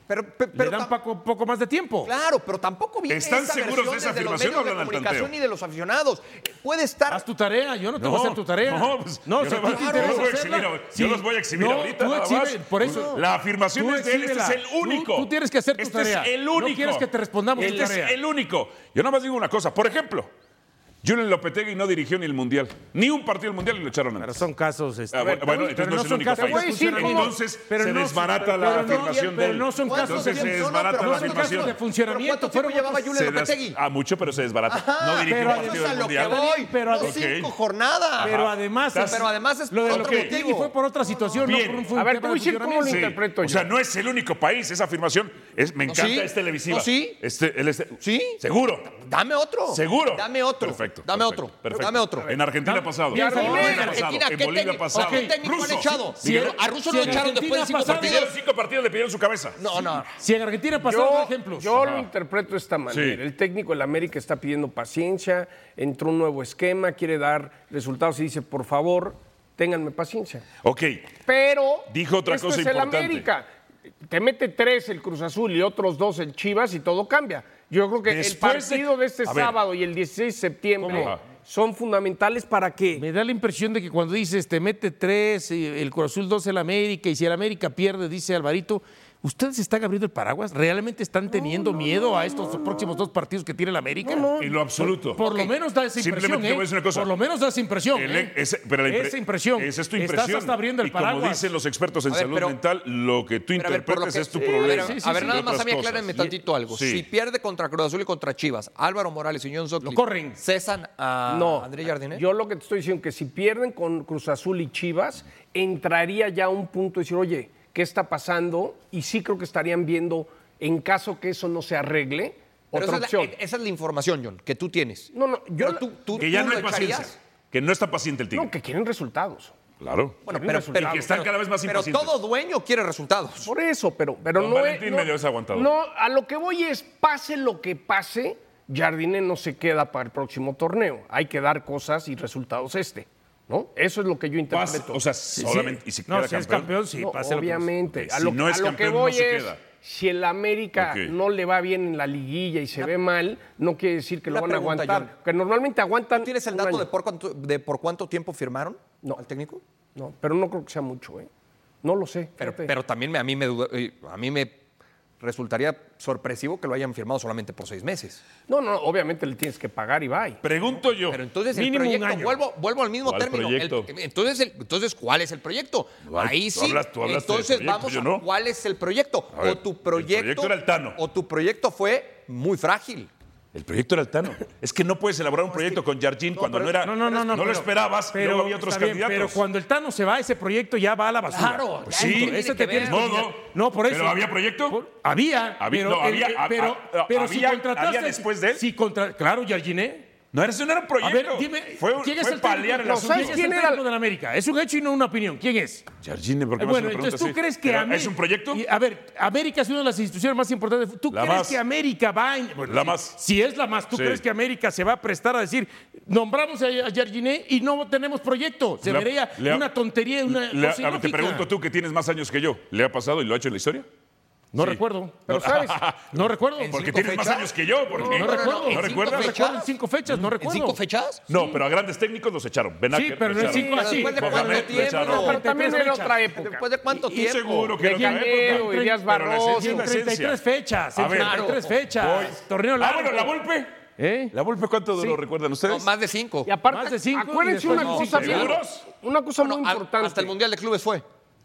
[SPEAKER 8] Pero, pe- pero
[SPEAKER 6] Le dan
[SPEAKER 8] tam-
[SPEAKER 6] poco, poco más de tiempo.
[SPEAKER 8] Claro, pero tampoco viene
[SPEAKER 5] ¿Están
[SPEAKER 8] esa
[SPEAKER 5] seguros
[SPEAKER 8] versión
[SPEAKER 5] de esa
[SPEAKER 8] desde los
[SPEAKER 5] afirmación o
[SPEAKER 8] medios de
[SPEAKER 5] hablan al
[SPEAKER 8] comunicación
[SPEAKER 5] tanteo?
[SPEAKER 8] y de los aficionados. Puede estar
[SPEAKER 6] Haz tu tarea, yo no te
[SPEAKER 5] No,
[SPEAKER 6] voy a hacer tu tarea.
[SPEAKER 5] no, pues, yo
[SPEAKER 6] o sea,
[SPEAKER 5] no-
[SPEAKER 6] ¿a ti te
[SPEAKER 5] yo
[SPEAKER 6] interesa
[SPEAKER 5] los voy a
[SPEAKER 6] hacerla?
[SPEAKER 5] exhibir ahor- yo los voy a exhibir ahorita,
[SPEAKER 6] tú
[SPEAKER 5] nada
[SPEAKER 6] exhibe-
[SPEAKER 5] más.
[SPEAKER 6] por eso.
[SPEAKER 5] La afirmación
[SPEAKER 6] Tú
[SPEAKER 5] es de él, este es el
[SPEAKER 6] exhíbela. Tú-
[SPEAKER 5] único.
[SPEAKER 6] Tú, tienes que hacer tu
[SPEAKER 5] este
[SPEAKER 6] tarea.
[SPEAKER 5] es el único.
[SPEAKER 6] No quieres que te respondamos
[SPEAKER 5] Este
[SPEAKER 6] tu tarea.
[SPEAKER 5] es el único. Yo nada más digo una cosa. Por ejemplo, Julian Lopetegui no dirigió ni el Mundial. Ni un partido del Mundial y lo echaron
[SPEAKER 6] Pero
[SPEAKER 5] antes.
[SPEAKER 6] son casos. este,
[SPEAKER 5] Ah, bueno,
[SPEAKER 6] pero-
[SPEAKER 5] bueno,
[SPEAKER 6] pero
[SPEAKER 5] entonces no es el
[SPEAKER 6] son
[SPEAKER 5] único
[SPEAKER 6] casos
[SPEAKER 5] país. Te
[SPEAKER 6] de
[SPEAKER 5] voy a decir
[SPEAKER 6] funcionamiento.
[SPEAKER 5] cómo. Entonces se desbarata la
[SPEAKER 6] pero no-
[SPEAKER 5] afirmación de
[SPEAKER 6] Pero
[SPEAKER 5] él.
[SPEAKER 6] no son
[SPEAKER 8] ¿Cuántos
[SPEAKER 6] casos
[SPEAKER 5] Entonces se
[SPEAKER 8] tiempos?
[SPEAKER 6] de
[SPEAKER 8] No, no,
[SPEAKER 5] desbarata la
[SPEAKER 8] pero ¿cuántos
[SPEAKER 5] afirmación.
[SPEAKER 8] tiempos?
[SPEAKER 6] de funcionamiento.
[SPEAKER 8] ¿Pero cuánto tiempo
[SPEAKER 6] Fueron
[SPEAKER 8] llevaba
[SPEAKER 6] cosas-
[SPEAKER 8] Julen
[SPEAKER 5] Se das-
[SPEAKER 8] Lopetegui?
[SPEAKER 5] Ah, mucho, pero se desbarata.
[SPEAKER 8] Ajá,
[SPEAKER 5] no dirigió
[SPEAKER 6] pero
[SPEAKER 5] un
[SPEAKER 6] eso
[SPEAKER 5] partido
[SPEAKER 8] es a
[SPEAKER 5] del
[SPEAKER 8] lo que
[SPEAKER 5] Mundial.
[SPEAKER 8] voy.
[SPEAKER 6] Pero
[SPEAKER 8] Pero
[SPEAKER 6] a-
[SPEAKER 8] cinco jornadas.
[SPEAKER 6] Pero además,
[SPEAKER 8] Pero además es
[SPEAKER 6] lo de
[SPEAKER 8] otro
[SPEAKER 6] Lopetegui
[SPEAKER 8] motivo.
[SPEAKER 6] fue por otra situación,
[SPEAKER 5] Bien.
[SPEAKER 6] no por un
[SPEAKER 7] A ver,
[SPEAKER 6] tema
[SPEAKER 7] te voy a
[SPEAKER 6] de
[SPEAKER 7] decir cómo lo
[SPEAKER 6] funcionamiento.
[SPEAKER 7] interpreto
[SPEAKER 5] O
[SPEAKER 7] yo.
[SPEAKER 5] sea, no es el único país, esa afirmación. Es, me
[SPEAKER 8] No,
[SPEAKER 5] encanta,
[SPEAKER 8] sí.
[SPEAKER 5] es televisiva.
[SPEAKER 8] No, sí.
[SPEAKER 5] Este, él es-
[SPEAKER 8] Sí.
[SPEAKER 5] Seguro.
[SPEAKER 8] Dame otro.
[SPEAKER 5] Seguro.
[SPEAKER 8] Dame otro.
[SPEAKER 5] Perfecto.
[SPEAKER 8] Dame
[SPEAKER 5] perfecto,
[SPEAKER 8] otro.
[SPEAKER 5] perfecto.
[SPEAKER 8] Dame otro.
[SPEAKER 5] En Argentina ha pasado.
[SPEAKER 6] Piensa
[SPEAKER 5] en
[SPEAKER 6] en
[SPEAKER 5] Bolivia ha pasado.
[SPEAKER 8] Argentina,
[SPEAKER 5] En
[SPEAKER 8] ¿qué
[SPEAKER 5] Bolivia ha
[SPEAKER 8] técnico,
[SPEAKER 5] pasado.
[SPEAKER 8] ¿a qué técnico han
[SPEAKER 5] Ruso,
[SPEAKER 8] echado?
[SPEAKER 5] sí. Miguel,
[SPEAKER 8] a Russo lo
[SPEAKER 6] Sí,
[SPEAKER 8] echaron después de
[SPEAKER 6] Argentina
[SPEAKER 8] cinco
[SPEAKER 6] ha pasado.
[SPEAKER 5] Pidieron
[SPEAKER 8] partidos.
[SPEAKER 5] cinco partidos, le pidieron su cabeza.
[SPEAKER 8] No, no.
[SPEAKER 6] Si en Argentina pasaron
[SPEAKER 7] Yo,
[SPEAKER 6] dos ejemplos.
[SPEAKER 7] yo lo interpreto de esta manera.
[SPEAKER 5] Sí.
[SPEAKER 7] El técnico del América está pidiendo paciencia, entró un nuevo esquema, quiere dar resultados y dice, por favor, ténganme paciencia.
[SPEAKER 5] Ok.
[SPEAKER 7] Pero
[SPEAKER 5] Dijo otra
[SPEAKER 7] esto
[SPEAKER 5] cosa
[SPEAKER 7] es
[SPEAKER 5] importante.
[SPEAKER 7] el América. Te mete tres el Cruz Azul y otros dos el Chivas y todo cambia. Yo creo que
[SPEAKER 5] Después
[SPEAKER 7] el
[SPEAKER 5] de-
[SPEAKER 7] partido de, este
[SPEAKER 5] A ver.
[SPEAKER 7] sábado y el 16 de septiembre
[SPEAKER 5] ¿Cómo?
[SPEAKER 7] son fundamentales para que
[SPEAKER 6] Me da la impresión de que cuando dices te mete tres, eh, el Cruz Azul dos el América, y si el América pierde, dice Alvarito, ¿ustedes están abriendo el paraguas? ¿Realmente están teniendo miedo a estos próximos dos partidos que tiene el América?
[SPEAKER 5] En lo absoluto.
[SPEAKER 6] Por lo menos da esa
[SPEAKER 5] Simplemente
[SPEAKER 6] impresión.
[SPEAKER 5] te voy a
[SPEAKER 6] ¿eh?
[SPEAKER 5] decir una cosa.
[SPEAKER 6] Por lo menos da esa impresión.
[SPEAKER 5] El- e-
[SPEAKER 6] ¿eh?
[SPEAKER 5] ese- pero la impre-
[SPEAKER 6] esa impresión.
[SPEAKER 5] Esa es tu impresión.
[SPEAKER 6] Estás hasta abriendo el
[SPEAKER 5] y como
[SPEAKER 6] paraguas.
[SPEAKER 5] dicen los expertos en
[SPEAKER 8] A ver,
[SPEAKER 5] salud
[SPEAKER 8] pero-
[SPEAKER 5] mental, lo que tú
[SPEAKER 8] Pero a ver, por lo
[SPEAKER 5] interpretes
[SPEAKER 8] que-
[SPEAKER 5] es tu
[SPEAKER 8] Sí,
[SPEAKER 5] problema.
[SPEAKER 8] A ver, a ver,
[SPEAKER 5] entre
[SPEAKER 8] nada más
[SPEAKER 5] otras
[SPEAKER 8] a mí aclárenme
[SPEAKER 5] cosas.
[SPEAKER 8] tantito algo.
[SPEAKER 5] Sí.
[SPEAKER 8] Si pierde contra Cruz Azul y contra Chivas, Álvaro Morales y John Sotli,
[SPEAKER 6] Lo corren.
[SPEAKER 8] ¿Cesan a
[SPEAKER 7] No,
[SPEAKER 8] André Jardiné?
[SPEAKER 7] yo lo que te estoy diciendo que si pierden con Cruz Azul y Chivas, entraría ya un punto de decir, oye, ¿qué está pasando? Y sí creo que estarían viendo, en caso que eso no se arregle,
[SPEAKER 8] Pero
[SPEAKER 7] otra
[SPEAKER 8] esa, es la, e-,
[SPEAKER 7] opción.
[SPEAKER 8] esa es la información, John, que tú tienes.
[SPEAKER 7] No, no, yo
[SPEAKER 8] Pero
[SPEAKER 7] la-
[SPEAKER 8] tú, tú-
[SPEAKER 5] Que ya
[SPEAKER 8] tú
[SPEAKER 5] no
[SPEAKER 8] lo
[SPEAKER 5] hay paciencia.
[SPEAKER 8] echarías.
[SPEAKER 5] Que no está paciente el
[SPEAKER 7] No,
[SPEAKER 5] tigre.
[SPEAKER 7] que quieren resultados.
[SPEAKER 5] Claro.
[SPEAKER 8] Bueno,
[SPEAKER 7] Quieren
[SPEAKER 8] pero,
[SPEAKER 7] resultados.
[SPEAKER 8] pero,
[SPEAKER 5] Y que están cada vez más
[SPEAKER 8] pero
[SPEAKER 5] impacientes.
[SPEAKER 8] todo dueño quiere resultados.
[SPEAKER 7] Por eso, pero, pero
[SPEAKER 5] Don
[SPEAKER 7] no es-
[SPEAKER 5] Valentín
[SPEAKER 7] no-
[SPEAKER 5] medio es aguantador.
[SPEAKER 7] No, a lo que voy es, pase lo que pase, Jardine no se queda para el próximo torneo. Hay que dar cosas y resultados este, ¿no? Eso es lo que yo
[SPEAKER 5] Pasa-
[SPEAKER 7] interpreto.
[SPEAKER 5] o sea,
[SPEAKER 6] Sí,
[SPEAKER 5] solamente. Y si
[SPEAKER 6] no,
[SPEAKER 5] queda
[SPEAKER 6] si es campeón, sí,
[SPEAKER 7] No,
[SPEAKER 6] pase lo que pase.
[SPEAKER 7] obviamente.
[SPEAKER 5] Ok,
[SPEAKER 7] A
[SPEAKER 5] si
[SPEAKER 7] lo,
[SPEAKER 5] no es
[SPEAKER 7] a lo
[SPEAKER 5] campeón,
[SPEAKER 7] que
[SPEAKER 5] no
[SPEAKER 7] voy
[SPEAKER 5] se
[SPEAKER 7] es,
[SPEAKER 5] queda.
[SPEAKER 7] si el América
[SPEAKER 5] Ok.
[SPEAKER 7] no le va bien en la liguilla y se ve mal, no quiere decir que lo
[SPEAKER 8] Una
[SPEAKER 7] van
[SPEAKER 8] pregunta,
[SPEAKER 7] a aguantar.
[SPEAKER 8] John.
[SPEAKER 7] Que normalmente aguantan.
[SPEAKER 8] ¿Tú tienes el
[SPEAKER 7] un
[SPEAKER 8] dato
[SPEAKER 7] año.
[SPEAKER 8] de por, cuánto, de por cuánto tiempo firmaron
[SPEAKER 7] No.
[SPEAKER 8] al técnico?
[SPEAKER 7] No, pero no creo que sea mucho, ¿eh? No lo sé.
[SPEAKER 8] Pero,
[SPEAKER 7] fíjate.
[SPEAKER 8] pero también me- a mí me duda- eh, a mí me resultaría sorpresivo que lo hayan firmado solamente por seis meses.
[SPEAKER 7] No, no, obviamente le tienes que pagar y bye.
[SPEAKER 5] Pregunto yo.
[SPEAKER 8] Pero entonces el
[SPEAKER 5] mínimo
[SPEAKER 8] proyecto,
[SPEAKER 5] un año.
[SPEAKER 8] Vuelvo, vuelvo al mismo
[SPEAKER 5] ¿Cuál
[SPEAKER 8] término. El-
[SPEAKER 5] proyecto?
[SPEAKER 8] entonces, el- entonces, ¿cuál es el proyecto?
[SPEAKER 5] Igual,
[SPEAKER 8] Ahí
[SPEAKER 5] tú
[SPEAKER 8] sí.
[SPEAKER 5] hablas- tú hablaste de
[SPEAKER 8] entonces
[SPEAKER 5] proyecto,
[SPEAKER 8] vamos
[SPEAKER 5] yo
[SPEAKER 8] a
[SPEAKER 5] no.
[SPEAKER 8] cuál es el proyecto.
[SPEAKER 5] A ver,
[SPEAKER 8] o tu
[SPEAKER 5] el
[SPEAKER 8] proyecto.
[SPEAKER 5] proyecto era el Tano.
[SPEAKER 8] O tu proyecto fue muy frágil.
[SPEAKER 5] El proyecto era el Tano. Es que no puedes elaborar un proyecto con Jardín cuando no era.
[SPEAKER 6] No, no, no, no.
[SPEAKER 5] lo
[SPEAKER 6] pero-
[SPEAKER 5] esperabas,
[SPEAKER 6] pero
[SPEAKER 5] luego había otros
[SPEAKER 6] está bien,
[SPEAKER 5] candidatos.
[SPEAKER 6] Pero cuando el Tano se va, ese proyecto ya va a la basura.
[SPEAKER 8] Claro,
[SPEAKER 5] Pues ya sí. tiene
[SPEAKER 6] Ese
[SPEAKER 8] que
[SPEAKER 6] te tienes
[SPEAKER 8] ver.
[SPEAKER 6] que
[SPEAKER 5] No, no.
[SPEAKER 6] olvidar. No, por eso.
[SPEAKER 5] ¿Pero había proyecto?
[SPEAKER 6] Por- había.
[SPEAKER 5] Había-
[SPEAKER 6] pero
[SPEAKER 5] no,
[SPEAKER 6] el-
[SPEAKER 5] había-
[SPEAKER 6] el-
[SPEAKER 5] a-
[SPEAKER 6] pero,
[SPEAKER 5] a-
[SPEAKER 6] pero si
[SPEAKER 5] había-
[SPEAKER 6] contrataste.
[SPEAKER 5] había después de él.
[SPEAKER 6] Si contra, claro, Jardiné.
[SPEAKER 5] No, era- eso no era un proyecto.
[SPEAKER 6] A ver, dime,
[SPEAKER 5] fue
[SPEAKER 6] ¿quién
[SPEAKER 5] fue
[SPEAKER 6] es el
[SPEAKER 5] paliar
[SPEAKER 6] técnico?
[SPEAKER 5] el asunto.
[SPEAKER 6] ¿Quién es el técnico de la América? Es un hecho y no una opinión. ¿Quién es?
[SPEAKER 5] Jardine, ¿por qué me haces
[SPEAKER 6] Eh, bueno,
[SPEAKER 5] una pregunta
[SPEAKER 6] entonces tú
[SPEAKER 5] así?
[SPEAKER 6] crees que
[SPEAKER 5] Pero,
[SPEAKER 6] a mí-
[SPEAKER 5] ¿Es un proyecto?
[SPEAKER 6] Y, a ver, América es una de las instituciones más importantes. de fu- ¿Tú
[SPEAKER 5] La
[SPEAKER 6] crees
[SPEAKER 5] más.
[SPEAKER 6] que América va en- bueno,
[SPEAKER 5] La
[SPEAKER 6] si,
[SPEAKER 5] más.
[SPEAKER 6] Si es la más, ¿tú
[SPEAKER 5] Sí.
[SPEAKER 6] crees que América se va a prestar a decir, nombramos a a Jardiné y no tenemos proyecto? Se
[SPEAKER 5] Le-
[SPEAKER 6] vería
[SPEAKER 5] le ha-
[SPEAKER 6] una tontería, una
[SPEAKER 5] Le-
[SPEAKER 6] cosa
[SPEAKER 5] a ver, te
[SPEAKER 6] ilógica.
[SPEAKER 5] pregunto tú que tienes más años que yo. ¿Le ha pasado y lo ha hecho en la historia?
[SPEAKER 6] No
[SPEAKER 5] Sí.
[SPEAKER 6] recuerdo.
[SPEAKER 5] <laughs>
[SPEAKER 7] Pero sabes,
[SPEAKER 6] No recuerdo.
[SPEAKER 5] Porque
[SPEAKER 8] cinco
[SPEAKER 5] tienes más
[SPEAKER 8] fechas?
[SPEAKER 5] años que yo. Porque...
[SPEAKER 6] No, recuerdo.
[SPEAKER 5] ¿No
[SPEAKER 6] ¿En
[SPEAKER 8] cinco
[SPEAKER 5] recuerdas?
[SPEAKER 8] fechas?
[SPEAKER 6] recuerdo en cinco fechas, no
[SPEAKER 8] ¿En
[SPEAKER 6] recuerdo.
[SPEAKER 8] cinco fechas?
[SPEAKER 5] No, pero a grandes técnicos los echaron. Ben
[SPEAKER 6] Sí,
[SPEAKER 5] Acker lo
[SPEAKER 6] pero no en
[SPEAKER 5] echaron.
[SPEAKER 6] cinco así.
[SPEAKER 8] después de
[SPEAKER 5] Jorge
[SPEAKER 8] cuánto
[SPEAKER 5] Amel lo
[SPEAKER 8] tiempo.
[SPEAKER 5] echaron.
[SPEAKER 7] pero también era otra época.
[SPEAKER 8] ¿Después de cuánto
[SPEAKER 5] Y
[SPEAKER 8] tiempo?
[SPEAKER 5] seguro que
[SPEAKER 6] De
[SPEAKER 5] era otra
[SPEAKER 6] Gallardo,
[SPEAKER 5] época.
[SPEAKER 7] Gallardo, Elías
[SPEAKER 5] Pero la esencia
[SPEAKER 7] Barroso.
[SPEAKER 5] es
[SPEAKER 6] En
[SPEAKER 5] la
[SPEAKER 6] 33
[SPEAKER 5] esencia.
[SPEAKER 6] fechas,
[SPEAKER 5] A
[SPEAKER 6] en
[SPEAKER 5] ver.
[SPEAKER 6] 33
[SPEAKER 5] Voy.
[SPEAKER 6] fechas. Torneo
[SPEAKER 5] Ah,
[SPEAKER 6] largo.
[SPEAKER 5] bueno, la golpe.
[SPEAKER 6] ¿Eh?
[SPEAKER 5] ¿La golpe cuánto lo recuerdan ustedes?
[SPEAKER 8] No, más de cinco.
[SPEAKER 7] Y aparte,
[SPEAKER 6] Más de cinco y
[SPEAKER 7] acuérdense una
[SPEAKER 6] después no,
[SPEAKER 7] cosa, bien,
[SPEAKER 5] ¿seguros?
[SPEAKER 7] una cosa
[SPEAKER 8] Bueno,
[SPEAKER 7] muy
[SPEAKER 8] a-
[SPEAKER 7] importante.
[SPEAKER 8] Hasta el Mundial de Clubes fue.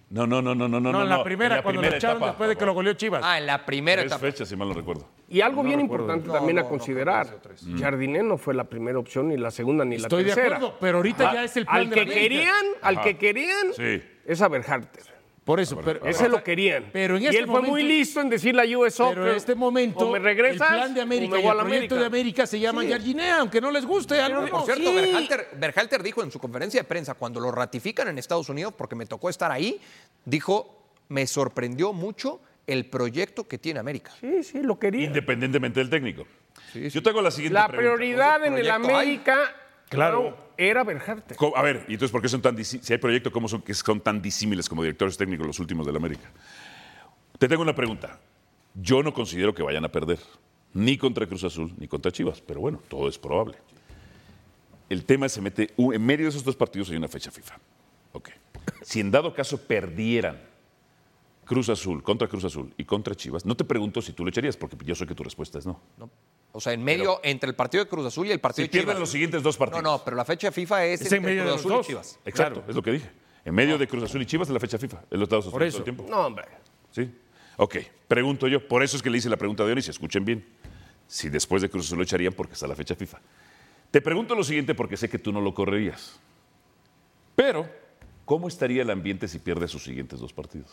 [SPEAKER 5] No, no, no, no, no, no.
[SPEAKER 6] No, en
[SPEAKER 5] no,
[SPEAKER 6] la primera,
[SPEAKER 5] en la
[SPEAKER 6] cuando lo
[SPEAKER 5] primera
[SPEAKER 6] echaron
[SPEAKER 5] etapa,
[SPEAKER 6] después de que lo goleó Chivas.
[SPEAKER 8] Ah, en la primera
[SPEAKER 5] Tres
[SPEAKER 8] etapa.
[SPEAKER 5] fechas, si mal no recuerdo.
[SPEAKER 7] Y algo bien importante también a considerar. Jardiné no fue la primera opción, ni la segunda, ni
[SPEAKER 6] Estoy
[SPEAKER 7] la
[SPEAKER 6] de
[SPEAKER 7] tercera.
[SPEAKER 6] acuerdo, pero ahorita ya es el plan
[SPEAKER 7] al
[SPEAKER 6] de
[SPEAKER 7] que
[SPEAKER 6] la América.
[SPEAKER 7] querían, al que querían,
[SPEAKER 5] Sí.
[SPEAKER 7] es a Berharter.
[SPEAKER 6] Por eso, pero
[SPEAKER 7] Ese lo querían.
[SPEAKER 6] Pero en
[SPEAKER 7] y
[SPEAKER 6] este
[SPEAKER 7] él fue muy
[SPEAKER 6] momento-
[SPEAKER 7] listo en decirle a US Soccer.
[SPEAKER 6] Pero en este momento,
[SPEAKER 7] o me
[SPEAKER 6] el
[SPEAKER 7] regresas,
[SPEAKER 6] plan de
[SPEAKER 7] o
[SPEAKER 6] América
[SPEAKER 7] me
[SPEAKER 6] y
[SPEAKER 7] voy a
[SPEAKER 6] el
[SPEAKER 7] la América.
[SPEAKER 6] proyecto de América se llama Jardinea, aunque no les guste a algunos.
[SPEAKER 8] Por cierto,
[SPEAKER 6] Sí.
[SPEAKER 8] Berhalter, Berhalter dijo en su conferencia de prensa, cuando lo ratifican en Estados Unidos, porque me tocó estar ahí, dijo, me sorprendió mucho el proyecto que tiene América.
[SPEAKER 7] Sí, sí, lo querían.
[SPEAKER 5] Independientemente del técnico. Yo tengo la siguiente
[SPEAKER 7] La
[SPEAKER 5] pregunta.
[SPEAKER 7] prioridad en el
[SPEAKER 8] Proyecto hay.
[SPEAKER 7] América
[SPEAKER 6] Claro.
[SPEAKER 7] no, era Berharter.
[SPEAKER 5] Co- A ver, y entonces, ¿por qué son tan disi- si hay proyectos como son, que son tan disímiles como directores técnicos los últimos de la América? Te tengo una pregunta. Yo no considero que vayan a perder, ni contra Cruz Azul, ni contra Chivas, pero bueno, todo es probable. El tema es, se mete, u- en medio de esos dos partidos hay una fecha FIFA. Ok. Si en dado caso perdieran Cruz Azul, contra Cruz Azul y contra Chivas, no te pregunto si tú le echarías, porque yo sé que tu respuesta es no.
[SPEAKER 8] ¿no? O sea, en medio, entre el partido de Cruz Azul y el partido
[SPEAKER 5] Si
[SPEAKER 8] de
[SPEAKER 5] pierden
[SPEAKER 8] Chivas.
[SPEAKER 5] los siguientes dos
[SPEAKER 8] no,
[SPEAKER 5] partidos.
[SPEAKER 8] no, pero la fecha de FIFA es,
[SPEAKER 6] Es en
[SPEAKER 8] entre
[SPEAKER 6] medio de
[SPEAKER 8] Cruz Azul
[SPEAKER 6] los
[SPEAKER 8] y
[SPEAKER 6] dos.
[SPEAKER 8] Chivas.
[SPEAKER 5] Exacto, es lo que dije. En medio de Cruz Azul y Chivas es la fecha FIFA, en los Estados Unidos.
[SPEAKER 6] Por
[SPEAKER 5] todo
[SPEAKER 6] eso.
[SPEAKER 5] el tiempo.
[SPEAKER 7] No, hombre.
[SPEAKER 5] ¿Sí? Ok, pregunto yo. Por eso es que le hice la pregunta de hoy y si escuchen bien. Si después de Cruz Azul lo echarían porque está la fecha FIFA. Te pregunto lo siguiente porque sé que tú no lo correrías. Pero, ¿cómo estaría el ambiente si pierde sus siguientes dos partidos?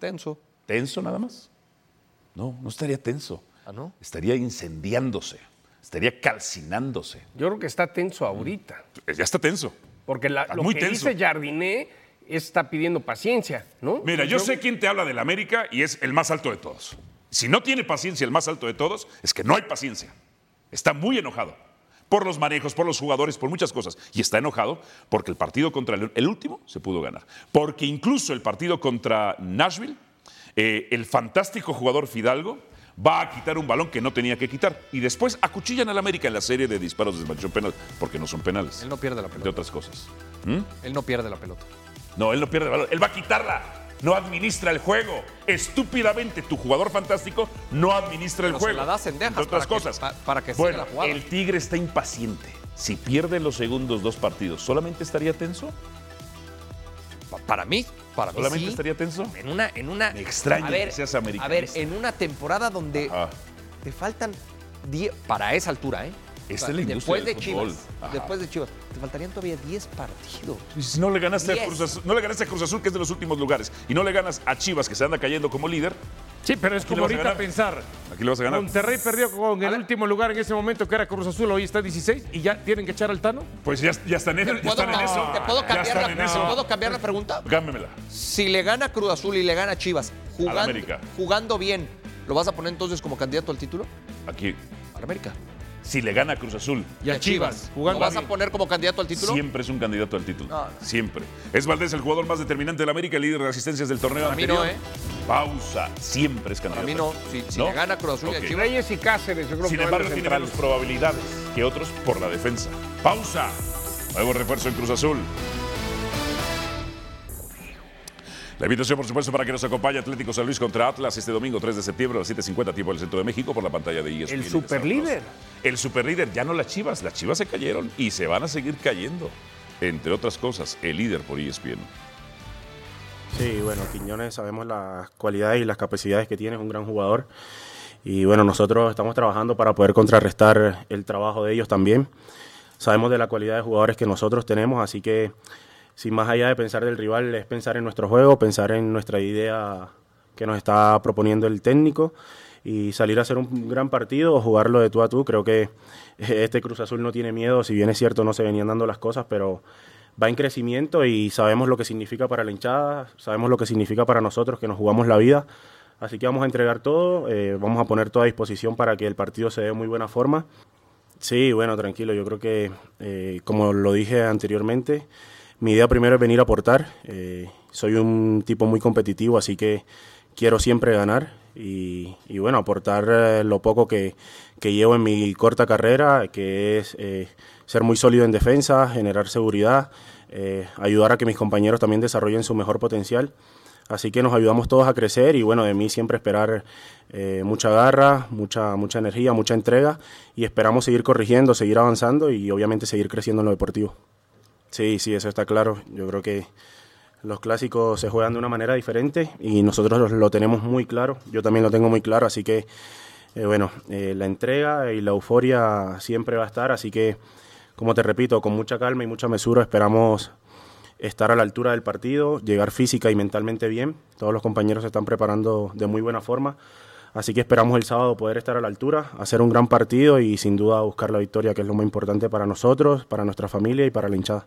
[SPEAKER 8] Tenso.
[SPEAKER 5] ¿Tenso nada más? No, no estaría tenso.
[SPEAKER 8] Ah, ¿no?
[SPEAKER 5] Estaría incendiándose. Estaría calcinándose.
[SPEAKER 7] Yo creo que está tenso ahorita.
[SPEAKER 5] Ya está tenso.
[SPEAKER 7] Porque la-
[SPEAKER 5] Está
[SPEAKER 7] lo
[SPEAKER 5] muy
[SPEAKER 7] que
[SPEAKER 5] tenso.
[SPEAKER 7] dice Jardiné está pidiendo paciencia, ¿no?
[SPEAKER 5] Mira, yo sé quién te habla del América y es el más alto de todos. Si no tiene paciencia el más alto de todos, es que no hay paciencia. Está muy enojado por los manejos, por los jugadores, por muchas cosas. Y está enojado porque el partido contra el, el último se pudo ganar. Porque incluso el partido contra Nashville, eh, el fantástico jugador Fidalgo va a quitar un balón que no tenía que quitar. Y después acuchillan al América en la serie de disparos de expansión penal, porque no son penales,
[SPEAKER 8] Él no pierde la
[SPEAKER 5] entre
[SPEAKER 8] pelota.
[SPEAKER 5] otras cosas.
[SPEAKER 8] Él no pierde la pelota.
[SPEAKER 5] No, él no pierde el balón. Él va a quitarla. No administra el juego. Estúpidamente, tu jugador fantástico no administra el
[SPEAKER 8] Pero se
[SPEAKER 5] juego.
[SPEAKER 8] la das en dejas
[SPEAKER 5] Entre otras
[SPEAKER 8] para que-
[SPEAKER 5] cosas.
[SPEAKER 8] pa- para que siga
[SPEAKER 5] bueno,
[SPEAKER 8] la jugada.
[SPEAKER 5] El Tigre está impaciente. Si pierde los segundos dos partidos, ¿solamente estaría tenso?
[SPEAKER 8] Pa- Para mí, para mí
[SPEAKER 5] ¿Solamente
[SPEAKER 8] sí.
[SPEAKER 5] estaría tenso?
[SPEAKER 8] En una, en una.
[SPEAKER 5] Me extraña
[SPEAKER 8] a ver,
[SPEAKER 5] que seas
[SPEAKER 8] A ver,
[SPEAKER 5] americanista.
[SPEAKER 8] en una temporada donde
[SPEAKER 5] Ajá.
[SPEAKER 8] te faltan 10. Para esa altura, ¿eh?
[SPEAKER 5] Esta
[SPEAKER 8] O sea,
[SPEAKER 5] es la industria
[SPEAKER 8] después
[SPEAKER 5] del
[SPEAKER 8] de Chivas.
[SPEAKER 5] fútbol. Ajá.
[SPEAKER 8] Después de Chivas. Te faltarían todavía 10 partidos.
[SPEAKER 5] Si no le, ganaste a
[SPEAKER 8] Diez.
[SPEAKER 5] Cruz Azul, no le ganaste a Cruz Azul, que es de los últimos lugares, y no le ganas a Chivas, que se anda cayendo como líder,
[SPEAKER 6] Sí, pero es
[SPEAKER 5] Aquí le
[SPEAKER 6] como
[SPEAKER 5] vas a
[SPEAKER 6] ahorita
[SPEAKER 5] ganar.
[SPEAKER 6] pensar.
[SPEAKER 5] aquí le vas a ganar.
[SPEAKER 6] Monterrey perdió con el último lugar en ese momento que era Cruz Azul, hoy está 16 y ya tienen que echar al Tano.
[SPEAKER 5] Pues ya, ya están en, <laughs> ya
[SPEAKER 8] ¿Puedo
[SPEAKER 5] están en
[SPEAKER 8] ca-
[SPEAKER 5] eso.
[SPEAKER 8] ¿Te puedo
[SPEAKER 5] Ya
[SPEAKER 8] cambiar,
[SPEAKER 5] están
[SPEAKER 8] la,
[SPEAKER 5] en eso.
[SPEAKER 8] ¿te puedo cambiar la pregunta?
[SPEAKER 5] Cámbiamela.
[SPEAKER 8] Si le gana Cruz Azul y le gana Chivas, jugando,
[SPEAKER 5] América.
[SPEAKER 8] jugando bien, ¿lo vas a poner entonces como candidato al título?
[SPEAKER 5] Aquí.
[SPEAKER 8] Al América.
[SPEAKER 5] Si le gana a Cruz Azul,
[SPEAKER 6] Y a Chivas, jugando
[SPEAKER 8] ¿Lo vas a
[SPEAKER 6] bien.
[SPEAKER 8] poner como candidato al título?
[SPEAKER 5] Siempre es un candidato al título.
[SPEAKER 8] No, no.
[SPEAKER 5] Siempre. Es Valdés el jugador más determinante del América, el líder de asistencias del torneo
[SPEAKER 8] Para mí
[SPEAKER 5] anterior.
[SPEAKER 8] no, ¿eh?
[SPEAKER 5] Pausa. Siempre es candidato.
[SPEAKER 8] mí no. Si- si le gana Cruz Azul y a
[SPEAKER 5] Ok.
[SPEAKER 8] Chivas.
[SPEAKER 7] Reyes y Cáceres, yo creo
[SPEAKER 5] Sin
[SPEAKER 7] que van
[SPEAKER 5] embargo,
[SPEAKER 7] a
[SPEAKER 5] tiene
[SPEAKER 7] centrales.
[SPEAKER 5] menos probabilidades que otros por la defensa. Pausa. Nuevo refuerzo en Cruz Azul. La invitación, por supuesto, para que nos acompañe Atlético San Luis contra Atlas este domingo 3 de septiembre a las 7.50 tiempo del Centro de México por la pantalla de E ESPN.
[SPEAKER 7] El
[SPEAKER 5] de
[SPEAKER 7] superlíder.
[SPEAKER 5] Star Plus. El superlíder, ya no las chivas. Las chivas se cayeron y se van a seguir cayendo. Entre otras cosas, el líder por E ESPN.
[SPEAKER 6] Sí, bueno, Quiñones sabemos las cualidades y las capacidades que tiene, es un gran jugador. Y bueno, nosotros estamos trabajando para poder contrarrestar el trabajo de ellos también. Sabemos de la cualidad de jugadores que nosotros tenemos, así que sin más allá de pensar del rival, es pensar en nuestro juego, pensar en nuestra idea que nos está proponiendo el técnico y salir a hacer un gran partido o jugarlo de tú a tú. Creo que <laughs> eh, este Cruz Azul no tiene miedo, si bien es cierto no se venían dando las cosas, pero va en crecimiento y sabemos lo que significa para la hinchada, sabemos lo que significa para nosotros que nos jugamos la vida. Así que vamos a entregar todo, eh, vamos a poner toda a disposición para que el partido se dé de muy buena forma. Sí, bueno, tranquilo, yo creo que eh, como lo dije anteriormente, mi idea primero es venir a aportar. eh, soy un tipo muy competitivo, así que quiero siempre ganar y, y bueno, aportar eh, lo poco que, que llevo en mi corta carrera, que es eh, ser muy sólido en defensa, generar seguridad, eh, ayudar a que mis compañeros también desarrollen su mejor potencial. Así que nos ayudamos todos a crecer y bueno, de mí siempre esperar eh, mucha garra, mucha, mucha energía, mucha entrega y esperamos seguir corrigiendo, seguir avanzando y obviamente seguir creciendo en lo deportivo. Sí, sí, eso está claro. Yo creo que los clásicos se juegan de una manera diferente y nosotros los- lo tenemos muy claro. Yo también lo tengo muy claro, así que, eh, bueno, eh, la entrega y la euforia siempre va a estar. Así que, como te repito, con mucha calma y mucha mesura esperamos estar a la altura del partido, llegar física y mentalmente bien. Todos los compañeros se están preparando de muy buena forma. Así que esperamos el sábado poder estar a la altura, hacer un gran partido y sin duda buscar la victoria, que es lo más importante para nosotros, para nuestra familia y para la hinchada.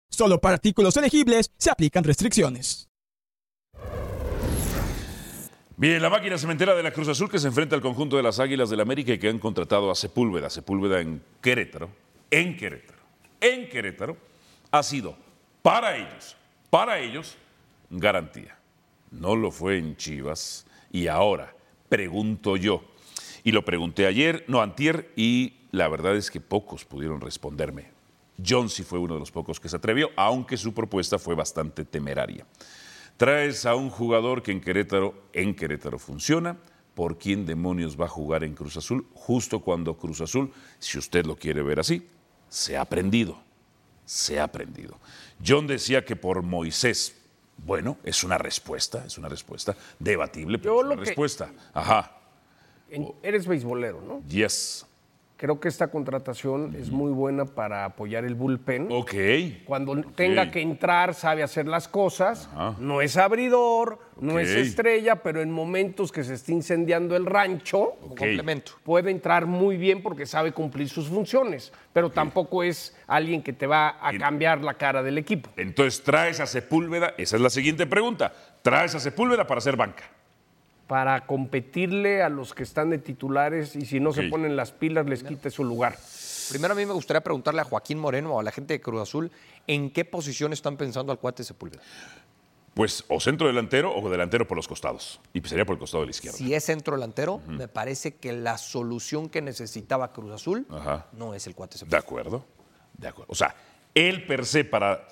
[SPEAKER 9] Solo para artículos elegibles se aplican restricciones.
[SPEAKER 5] Bien, la máquina cementera de la Cruz Azul que se enfrenta al conjunto de las Águilas del América y que han contratado a Sepúlveda. Sepúlveda en Querétaro, en Querétaro, en Querétaro, ha sido para ellos, para ellos, garantía. No lo fue en Chivas y ahora, pregunto yo, y lo pregunté ayer, no antier, y la verdad es que pocos pudieron responderme. John sí fue uno de los pocos que se atrevió, aunque su propuesta fue bastante temeraria. Traes a un jugador que en Querétaro, en Querétaro funciona. ¿Por quién demonios va a jugar en Cruz Azul? Justo cuando Cruz Azul, si usted lo quiere ver así, se ha aprendido. Se ha aprendido. John decía que por Moisés. Bueno, es una respuesta, es una respuesta debatible, pero
[SPEAKER 7] Yo
[SPEAKER 5] es una
[SPEAKER 7] lo que-
[SPEAKER 5] respuesta. Ajá.
[SPEAKER 7] En- eres beisbolero, ¿no?
[SPEAKER 5] Yes.
[SPEAKER 7] Creo que esta contratación es muy buena para apoyar el bullpen.
[SPEAKER 5] Ok.
[SPEAKER 7] Cuando tenga que entrar, sabe hacer las cosas. No es abridor, no es
[SPEAKER 5] Ok.
[SPEAKER 7] estrella, pero en momentos que se está incendiando el rancho,
[SPEAKER 5] Ok.
[SPEAKER 8] Complemento.
[SPEAKER 7] puede entrar muy bien porque sabe cumplir sus funciones, pero tampoco es alguien que te va a
[SPEAKER 5] Y-
[SPEAKER 7] cambiar la cara del equipo.
[SPEAKER 5] Entonces traes a Sepúlveda, esa es la siguiente pregunta. Traes a Sepúlveda para hacer banca.
[SPEAKER 7] Para competirle a los que están de titulares y si no
[SPEAKER 5] Ok.
[SPEAKER 7] se ponen las pilas, les quite su lugar.
[SPEAKER 8] Primero a mí me gustaría preguntarle a Joaquín Moreno o a la gente de Cruz Azul en qué posición están pensando al cuate Sepúlveda.
[SPEAKER 5] Pues o centro delantero o delantero por los costados. Y sería por el costado de la izquierda.
[SPEAKER 8] Si es centro delantero, me parece que la solución que necesitaba Cruz Azul
[SPEAKER 5] Ajá.
[SPEAKER 8] no es el cuate
[SPEAKER 5] De
[SPEAKER 8] Sepúlveda.
[SPEAKER 5] acuerdo, de acuerdo. O sea, él per se para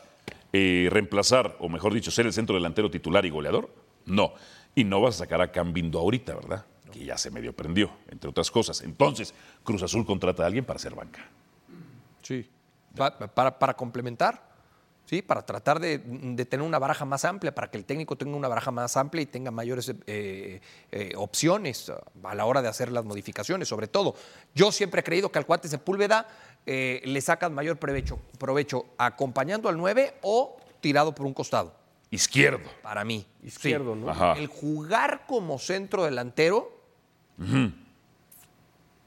[SPEAKER 5] eh, reemplazar, o mejor dicho, ser el centro delantero titular y goleador, no. Y no vas a sacar a Cambindo ahorita, ¿verdad? Que ya se medio prendió, entre otras cosas. Entonces, Cruz Azul contrata a alguien para ser banca.
[SPEAKER 8] Sí. Pa- Para, para complementar, ¿sí? para tratar de, de tener una baraja más amplia, para que el técnico tenga una baraja más amplia y tenga mayores eh, eh, opciones a la hora de hacer las modificaciones, sobre todo. Yo siempre he creído que al cuate Sepúlveda eh, le sacan mayor provecho, provecho acompañando al 9 o tirado por un costado,
[SPEAKER 5] Izquierdo.
[SPEAKER 8] para mí. Sí.
[SPEAKER 7] Izquierdo, ¿no?
[SPEAKER 6] Ah.
[SPEAKER 5] Ajá.
[SPEAKER 8] El jugar como centro delantero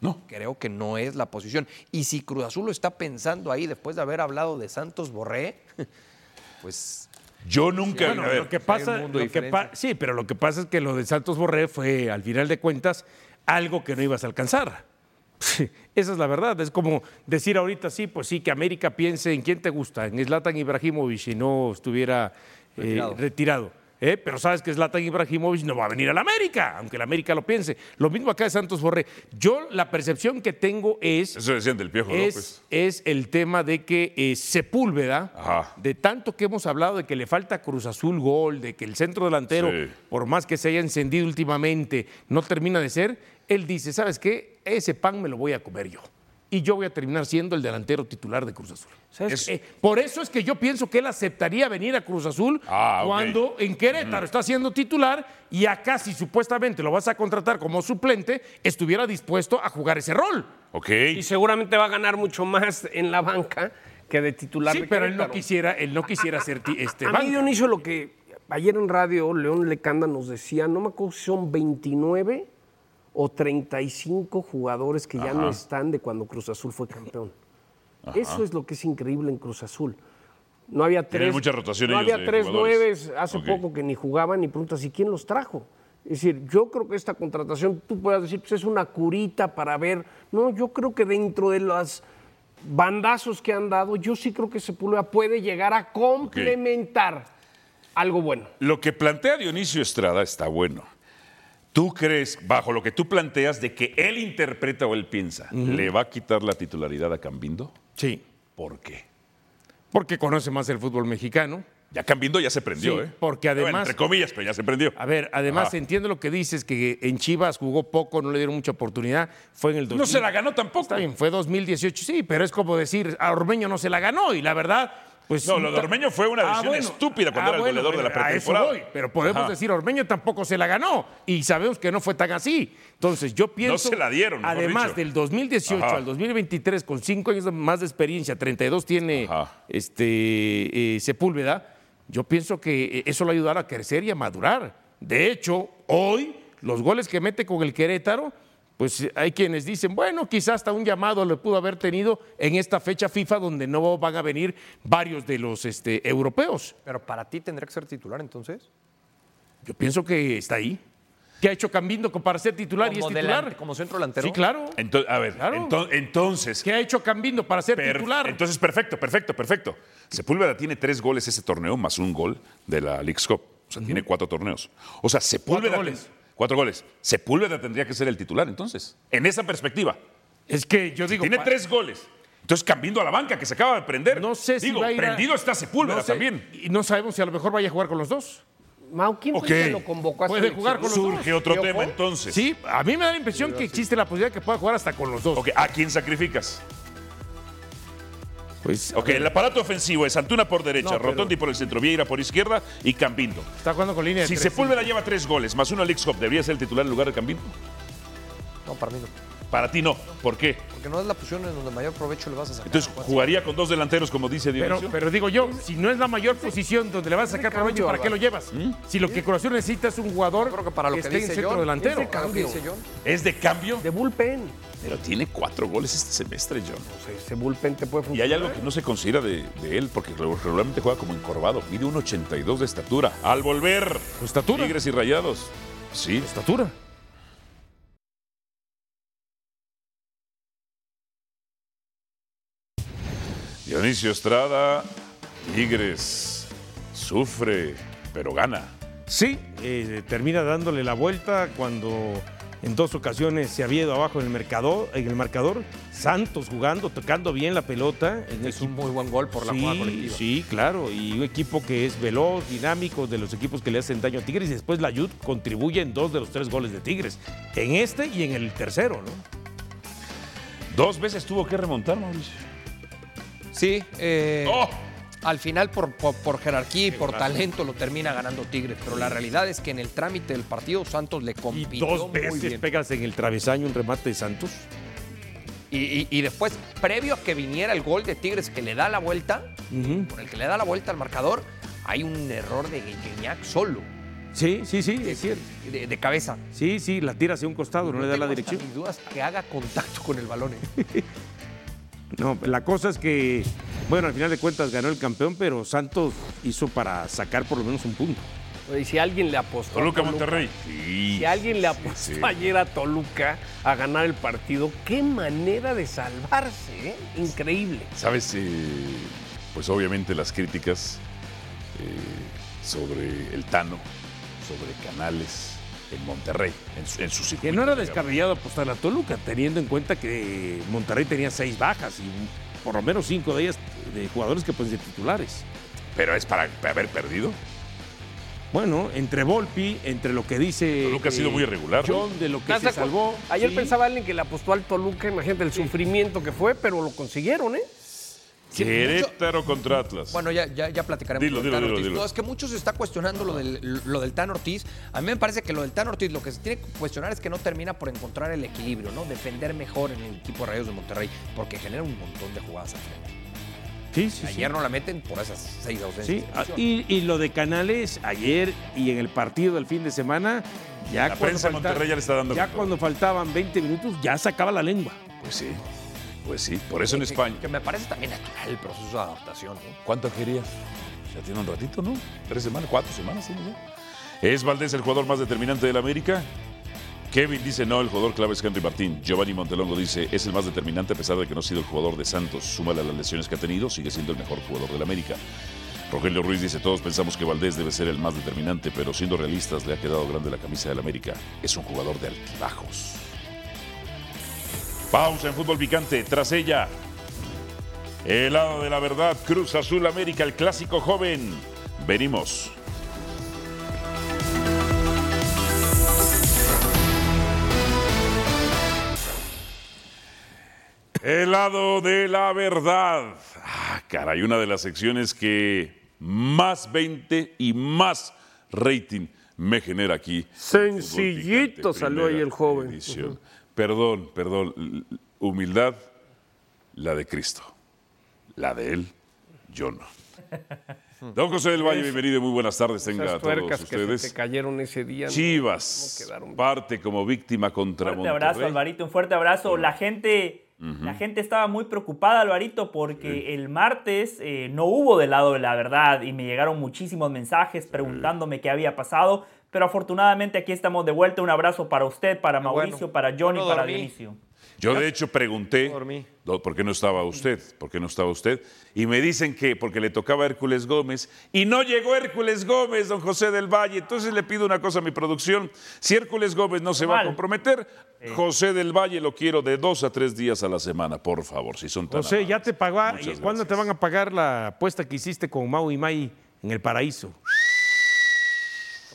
[SPEAKER 5] No.
[SPEAKER 8] creo que no es la posición. Y si Cruz Azul lo está pensando ahí después de haber hablado de Santos Borré, pues
[SPEAKER 5] Yo nunca.
[SPEAKER 6] Bueno,
[SPEAKER 5] a ver,
[SPEAKER 6] lo que
[SPEAKER 8] hay
[SPEAKER 6] pasa,
[SPEAKER 8] un mundo
[SPEAKER 6] lo que
[SPEAKER 8] diferente.
[SPEAKER 6] pa- sí, pero lo que pasa es que lo de Santos Borré fue, al final de cuentas, algo que no ibas a alcanzar. Esa es la verdad. Es como decir ahorita sí, pues sí, que América piense en quién te gusta, en Zlatan Ibrahimovic, si no estuviera eh,
[SPEAKER 8] Retirado.
[SPEAKER 6] retirado. ¿eh? Pero sabes que Zlatan Ibrahimovic no va a venir a la América, aunque la América lo piense. Lo mismo acá de Santos Borré. Yo la percepción que tengo es
[SPEAKER 5] eso decían del Piojo López.
[SPEAKER 6] es, es el tema de que eh, Sepúlveda,
[SPEAKER 5] Ajá.
[SPEAKER 6] de tanto que hemos hablado de que le falta a Cruz Azul gol, de que el centro delantero,
[SPEAKER 5] Sí.
[SPEAKER 6] por más que se haya encendido últimamente, no termina de ser, él dice, ¿sabes qué? Ese pan me lo voy a comer yo. Y yo voy a terminar siendo el delantero titular de Cruz Azul.
[SPEAKER 5] ¿Sabes
[SPEAKER 6] Eh, por eso es que yo pienso que él aceptaría venir a Cruz Azul
[SPEAKER 5] Ah, ok.
[SPEAKER 6] cuando en Querétaro está siendo titular y acá si supuestamente lo vas a contratar como suplente, estuviera dispuesto a jugar ese rol.
[SPEAKER 5] Ok.
[SPEAKER 7] Y seguramente va a ganar mucho más en la banca que de titular.
[SPEAKER 6] Sí,
[SPEAKER 7] de
[SPEAKER 6] pero él no
[SPEAKER 7] Querétaro.
[SPEAKER 6] quisiera, él no quisiera ser ti- este
[SPEAKER 7] A mí
[SPEAKER 6] banca.
[SPEAKER 7] Dionisio lo que ayer en radio León Lecanda nos decía, no me acuerdo si son 29 o 35 jugadores que ya no están de cuando Cruz Azul fue campeón. Eso es lo que es increíble en Cruz Azul. No había
[SPEAKER 5] Tienen
[SPEAKER 7] tres,
[SPEAKER 5] mucha rotación
[SPEAKER 7] no
[SPEAKER 5] ellos
[SPEAKER 7] había
[SPEAKER 5] de
[SPEAKER 7] tres
[SPEAKER 5] jugadores.
[SPEAKER 7] nueves hace
[SPEAKER 5] Ok.
[SPEAKER 7] poco que ni jugaban y preguntas, ¿y quién los trajo? Es decir, yo creo que esta contratación, tú puedas decir, pues es una curita para ver. No, yo creo que dentro de los bandazos que han dado, yo sí creo que Sepúlveda puede llegar a complementar algo bueno.
[SPEAKER 5] Lo que plantea Dionisio Estrada está bueno. ¿Tú crees, bajo lo que tú planteas, de que él interpreta o él piensa, le va a quitar la titularidad a Cambindo?
[SPEAKER 6] Sí,
[SPEAKER 5] ¿Por qué?
[SPEAKER 6] porque conoce más el fútbol mexicano.
[SPEAKER 5] Ya Cambindo ya se prendió,
[SPEAKER 6] Sí,
[SPEAKER 5] ¿eh?
[SPEAKER 6] porque
[SPEAKER 5] Bueno,
[SPEAKER 6] además-
[SPEAKER 5] entre comillas, pero ya se prendió.
[SPEAKER 6] A ver, además
[SPEAKER 5] Ajá.
[SPEAKER 6] entiendo lo que dices, que en Chivas jugó poco, no le dieron mucha oportunidad, fue en el 2000.
[SPEAKER 5] No se la ganó tampoco.
[SPEAKER 6] Está bien, fue 2018, sí, pero es como decir, a Ormeño no se la ganó y la verdad, pues...
[SPEAKER 5] No, lo de Ormeño fue una decisión estúpida cuando era el goleador de la
[SPEAKER 6] Ah, a eso
[SPEAKER 5] pretemporada.
[SPEAKER 6] voy, pero podemos
[SPEAKER 5] Ajá.
[SPEAKER 6] decir, Ormeño tampoco se la ganó y sabemos que no fue tan así. Entonces yo pienso...
[SPEAKER 5] se la dieron, mejor
[SPEAKER 6] Además
[SPEAKER 5] dicho.
[SPEAKER 6] del 2018
[SPEAKER 5] Ajá.
[SPEAKER 6] al 2023, con cinco años más de experiencia, 32 tiene
[SPEAKER 5] Ajá.
[SPEAKER 6] este, eh, Sepúlveda, yo pienso que eh, eso lo ayudará a crecer y a madurar. De hecho, hoy los goles que mete con el Querétaro, pues eh, hay quienes dicen, bueno, quizás hasta un llamado le pudo haber tenido en esta fecha FIFA donde no van a venir varios de los este, europeos.
[SPEAKER 8] Pero para ti tendría que ser titular entonces.
[SPEAKER 6] Yo pienso que está ahí. ¿Qué ha hecho Cambindo para ser titular y es
[SPEAKER 8] Como
[SPEAKER 6] titular?
[SPEAKER 8] delante- como centro delantero.
[SPEAKER 6] Sí, claro.
[SPEAKER 5] Ento- a ver,
[SPEAKER 6] Claro.
[SPEAKER 5] ento- entonces,
[SPEAKER 6] ¿Qué ha hecho Cambindo para ser
[SPEAKER 5] per-
[SPEAKER 6] titular?
[SPEAKER 5] entonces perfecto, perfecto, perfecto. Sepúlveda tiene tres goles ese torneo más un gol de la League's Cup. O sea, tiene cuatro torneos. O sea, Sepúlveda.
[SPEAKER 6] Cuatro goles.
[SPEAKER 5] Cuatro goles. Sepúlveda tendría que ser el titular, entonces. En esa perspectiva.
[SPEAKER 6] es que yo digo.
[SPEAKER 5] Tiene
[SPEAKER 6] pa-
[SPEAKER 5] tres goles. Entonces, cambiando a la banca, que se acaba de prender.
[SPEAKER 6] No sé si
[SPEAKER 5] Digo,
[SPEAKER 6] va a ir a-
[SPEAKER 5] prendido está Sepúlveda
[SPEAKER 6] no sé,
[SPEAKER 5] también.
[SPEAKER 6] Y no sabemos si a lo mejor vaya a jugar con los dos.
[SPEAKER 7] Mau, ¿quién fue
[SPEAKER 5] Ok.
[SPEAKER 7] el que lo convocó a
[SPEAKER 6] Puede
[SPEAKER 7] selección?
[SPEAKER 6] jugar con los dos.
[SPEAKER 5] Surge otro tema, entonces.
[SPEAKER 6] Sí, a mí me da la impresión que existe la posibilidad de que pueda jugar hasta con los dos.
[SPEAKER 5] Ok, ¿a quién sacrificas?
[SPEAKER 6] Pues
[SPEAKER 5] Ok, el aparato ofensivo es Antuna por derecha,
[SPEAKER 6] No, pero-
[SPEAKER 5] Rotondi por el centro, Vieira por izquierda y Cambindo.
[SPEAKER 6] está jugando con línea de
[SPEAKER 5] Si
[SPEAKER 6] tres.
[SPEAKER 5] Sepúlveda lleva tres goles más uno a League's Cup, ¿debería ser el titular en lugar de Cambindo?
[SPEAKER 8] No, para mí no.
[SPEAKER 5] Para ti no. ¿Por qué?
[SPEAKER 8] Porque no es la posición en donde mayor provecho le vas a sacar.
[SPEAKER 5] Entonces, ¿jugaría con dos delanteros, como dice
[SPEAKER 6] Pero,
[SPEAKER 5] Dionisio?
[SPEAKER 6] pero digo yo, si no es la mayor posición donde le vas a sacar provecho, ¿para qué lo llevas?
[SPEAKER 5] ¿Mm?
[SPEAKER 6] Si lo que Cruz Azul necesita es un jugador
[SPEAKER 8] creo que para lo que,
[SPEAKER 6] esté en
[SPEAKER 8] dice
[SPEAKER 6] centro
[SPEAKER 8] John,
[SPEAKER 6] delantero.
[SPEAKER 8] para lo que dice John,
[SPEAKER 5] ¿Es de cambio?
[SPEAKER 7] De bullpen.
[SPEAKER 5] Pero tiene cuatro goles este semestre, John.
[SPEAKER 7] Pues ese bullpen te puede
[SPEAKER 5] Y
[SPEAKER 7] funcionar.
[SPEAKER 5] hay algo que no se considera de, de él, porque regularmente juega como encorvado. Mide 1,82 de estatura. Al volver,
[SPEAKER 6] Su Pues, estatura.
[SPEAKER 5] Tigres y Rayados. Sí,
[SPEAKER 6] Estatura.
[SPEAKER 5] Dionisio Estrada, Tigres, sufre, pero gana.
[SPEAKER 6] Sí, eh, termina dándole la vuelta cuando en dos ocasiones se había ido abajo en el mercador, en el marcador. Santos jugando, tocando bien la pelota. En
[SPEAKER 8] es un muy buen gol por la jugada colectiva.
[SPEAKER 6] Sí, claro, y un equipo que es veloz, dinámico, de los equipos que le hacen daño a Tigres, y después la Yud contribuye en dos de los tres goles de Tigres, en este y en el tercero, ¿no?
[SPEAKER 5] Dos veces tuvo que remontar, Mauricio.
[SPEAKER 8] Sí, eh,
[SPEAKER 5] ¡Oh!
[SPEAKER 8] Al final, por, por- por jerarquía y por talento, lo termina ganando Tigres. Pero la realidad es que en el trámite del partido, Santos le
[SPEAKER 10] Y
[SPEAKER 8] compitió
[SPEAKER 10] dos
[SPEAKER 8] muy
[SPEAKER 10] veces
[SPEAKER 8] bien.
[SPEAKER 10] pegas en el travesaño un remate de Santos.
[SPEAKER 8] Y, y- y después, previo a que viniera el gol de Tigres que le da la vuelta, por el que le da la vuelta al marcador, hay un error de Guiñac solo,
[SPEAKER 10] Sí, sí, sí, es cierto.
[SPEAKER 8] de, de cabeza.
[SPEAKER 10] Sí, sí, la tira hacia un costado, no, le da la
[SPEAKER 8] tengo hasta
[SPEAKER 10] dirección.
[SPEAKER 8] Mis dudas que haga contacto con el balón. ¿eh?
[SPEAKER 10] No, la cosa es que, bueno, al final de cuentas ganó el campeón, pero Santos hizo para sacar por lo menos un punto.
[SPEAKER 7] Y si alguien le apostó. a
[SPEAKER 5] Toluca
[SPEAKER 7] Toluca,
[SPEAKER 5] Monterrey. Sí.
[SPEAKER 7] Si alguien le
[SPEAKER 5] sí,
[SPEAKER 7] apostó
[SPEAKER 5] sí.
[SPEAKER 7] ayer a Toluca a ganar el partido, qué manera de salvarse, ¿eh? Increíble.
[SPEAKER 5] Sabes, eh, pues obviamente las críticas eh, sobre el Tano, sobre Canales en Monterrey, en su, en su circuito.
[SPEAKER 10] Que no era
[SPEAKER 5] digamos.
[SPEAKER 10] descabellado apostar a Toluca, teniendo en cuenta que Monterrey tenía seis bajas y por lo menos cinco de ellas de jugadores que pueden ser titulares.
[SPEAKER 5] Pero es para haber perdido.
[SPEAKER 10] Bueno, entre Volpi, entre lo que dice. eh,
[SPEAKER 5] Toluca ha sido muy irregular.
[SPEAKER 10] John, de lo que
[SPEAKER 7] ¿Estás de
[SPEAKER 10] se
[SPEAKER 7] acuerdo?
[SPEAKER 10] salvó.
[SPEAKER 7] Ayer
[SPEAKER 10] sí.
[SPEAKER 7] pensaba alguien que le apostó al Toluca, imagínate el sufrimiento que fue, pero lo consiguieron, ¿eh?
[SPEAKER 5] Querétaro contra Atlas.
[SPEAKER 8] Bueno, ya, ya, ya platicaremos
[SPEAKER 5] Dilo,
[SPEAKER 8] del
[SPEAKER 5] dilo,
[SPEAKER 8] Tan
[SPEAKER 5] dilo,
[SPEAKER 8] Ortiz.
[SPEAKER 5] dilo.
[SPEAKER 8] No, es que muchos se está cuestionando lo del, lo del Tan Ortiz. A mí me parece que lo del Tan Ortiz, lo que se tiene que cuestionar es que no termina por encontrar el equilibrio, ¿no? Defender mejor en el equipo de Rayos de Monterrey, porque genera un montón de jugadas. al frente.
[SPEAKER 10] Sí, sí, sí.
[SPEAKER 8] Ayer no la meten por esas seis ausencias.
[SPEAKER 10] Sí, ah, y, y lo de Canales ayer y en el partido del fin de semana, ya,
[SPEAKER 5] la
[SPEAKER 10] cuando,
[SPEAKER 5] prensa de
[SPEAKER 10] falta-
[SPEAKER 5] Monterrey ya le está dando.
[SPEAKER 10] ya
[SPEAKER 5] con todo.
[SPEAKER 10] cuando faltaban 20 minutos, ya sacaba la lengua.
[SPEAKER 5] Pues sí, pues sí. Por eso en
[SPEAKER 8] Que-
[SPEAKER 5] España.
[SPEAKER 8] Que me parece también natural el proceso de adaptación, ¿no?
[SPEAKER 5] ¿Cuánto querías? Ya tiene un ratito, ¿no? Tres semanas, cuatro semanas, sí, ya. ¿Es Valdés el jugador más determinante del América? Kevin dice no, el jugador clave es Henry Martín. Giovanni Montelongo dice es el más determinante a pesar de que no ha sido el jugador de Santos. Súmale a las lesiones que ha tenido, sigue siendo el mejor jugador del América. Rogelio Ruiz dice todos pensamos que Valdés debe ser el más determinante, pero siendo realistas le ha quedado grande la camisa del América. Es un jugador de altibajos. Pausa en fútbol picante. Tras ella, el lado de la verdad, Cruz Azul América, el clásico joven. Venimos. El lado de la verdad. Ah, caray, una de las secciones que más 20 y más rating me genera aquí.
[SPEAKER 7] Sencillito salió ahí el joven.
[SPEAKER 5] Edición. Perdón, perdón. l- l- Humildad, la de Cristo. La de él, yo no. Don José del Valle, bienvenido. y Muy buenas tardes. Tenga a
[SPEAKER 7] Esas
[SPEAKER 5] todos
[SPEAKER 7] tuercas que se
[SPEAKER 5] ustedes.
[SPEAKER 7] te cayeron ese día. ¿no?
[SPEAKER 5] Chivas
[SPEAKER 7] ¿Cómo quedaron?
[SPEAKER 5] parte como víctima contra
[SPEAKER 6] Fuerte abrazo,
[SPEAKER 5] Monterrey.
[SPEAKER 6] Alvarito. Un fuerte abrazo. La gente, la gente estaba muy preocupada, Alvarito, porque el martes eh, no hubo del lado de la verdad y me llegaron muchísimos mensajes preguntándome qué había pasado. Pero afortunadamente aquí estamos de vuelta. Un abrazo para usted, para
[SPEAKER 8] Qué
[SPEAKER 6] Mauricio,
[SPEAKER 8] bueno.
[SPEAKER 6] para Johnny,
[SPEAKER 8] Yo no
[SPEAKER 6] para
[SPEAKER 8] dormí.
[SPEAKER 6] Dionisio.
[SPEAKER 5] Yo de hecho pregunté
[SPEAKER 8] dormí.
[SPEAKER 5] do- por qué no estaba usted, por qué no estaba usted, y me dicen que porque le tocaba a Hércules Gómez y no llegó Hércules Gómez, don José del Valle. Entonces le pido una cosa a mi producción: si Hércules Gómez no se va a
[SPEAKER 6] Normal.
[SPEAKER 5] comprometer, José del Valle lo quiero de dos a tres días a la semana, por favor, si son tan.
[SPEAKER 10] José, ya
[SPEAKER 5] amables.
[SPEAKER 10] te pagó.
[SPEAKER 5] Muchas
[SPEAKER 10] ¿Cuándo te
[SPEAKER 5] gracias.
[SPEAKER 10] van a pagar la apuesta que hiciste con Mau y Mai en el paraíso?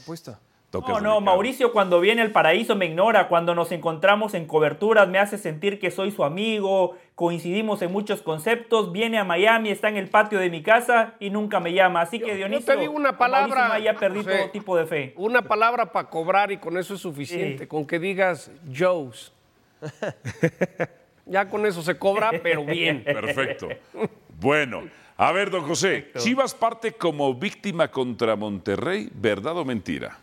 [SPEAKER 8] Apuesta.
[SPEAKER 5] Tocas
[SPEAKER 6] No, no,
[SPEAKER 5] delicado.
[SPEAKER 6] Mauricio <laughs> cuando viene al paraíso me ignora, cuando nos encontramos en coberturas me hace sentir que soy su amigo, coincidimos en muchos conceptos, viene a Miami, está en el patio de mi casa y nunca me llama, así que
[SPEAKER 7] yo
[SPEAKER 6] Dionisio,
[SPEAKER 7] te digo una
[SPEAKER 6] con
[SPEAKER 7] palabra,
[SPEAKER 6] Mauricio May ya perdí
[SPEAKER 7] José.
[SPEAKER 6] todo tipo de fe.
[SPEAKER 7] Una palabra para cobrar y con eso es suficiente.
[SPEAKER 6] Sí.
[SPEAKER 7] Con que digas Joe's. ya con eso se cobra, pero bien.
[SPEAKER 5] <laughs> Perfecto. Bueno, a ver, don José, Chivas parte como víctima contra Monterrey, ¿verdad o mentira?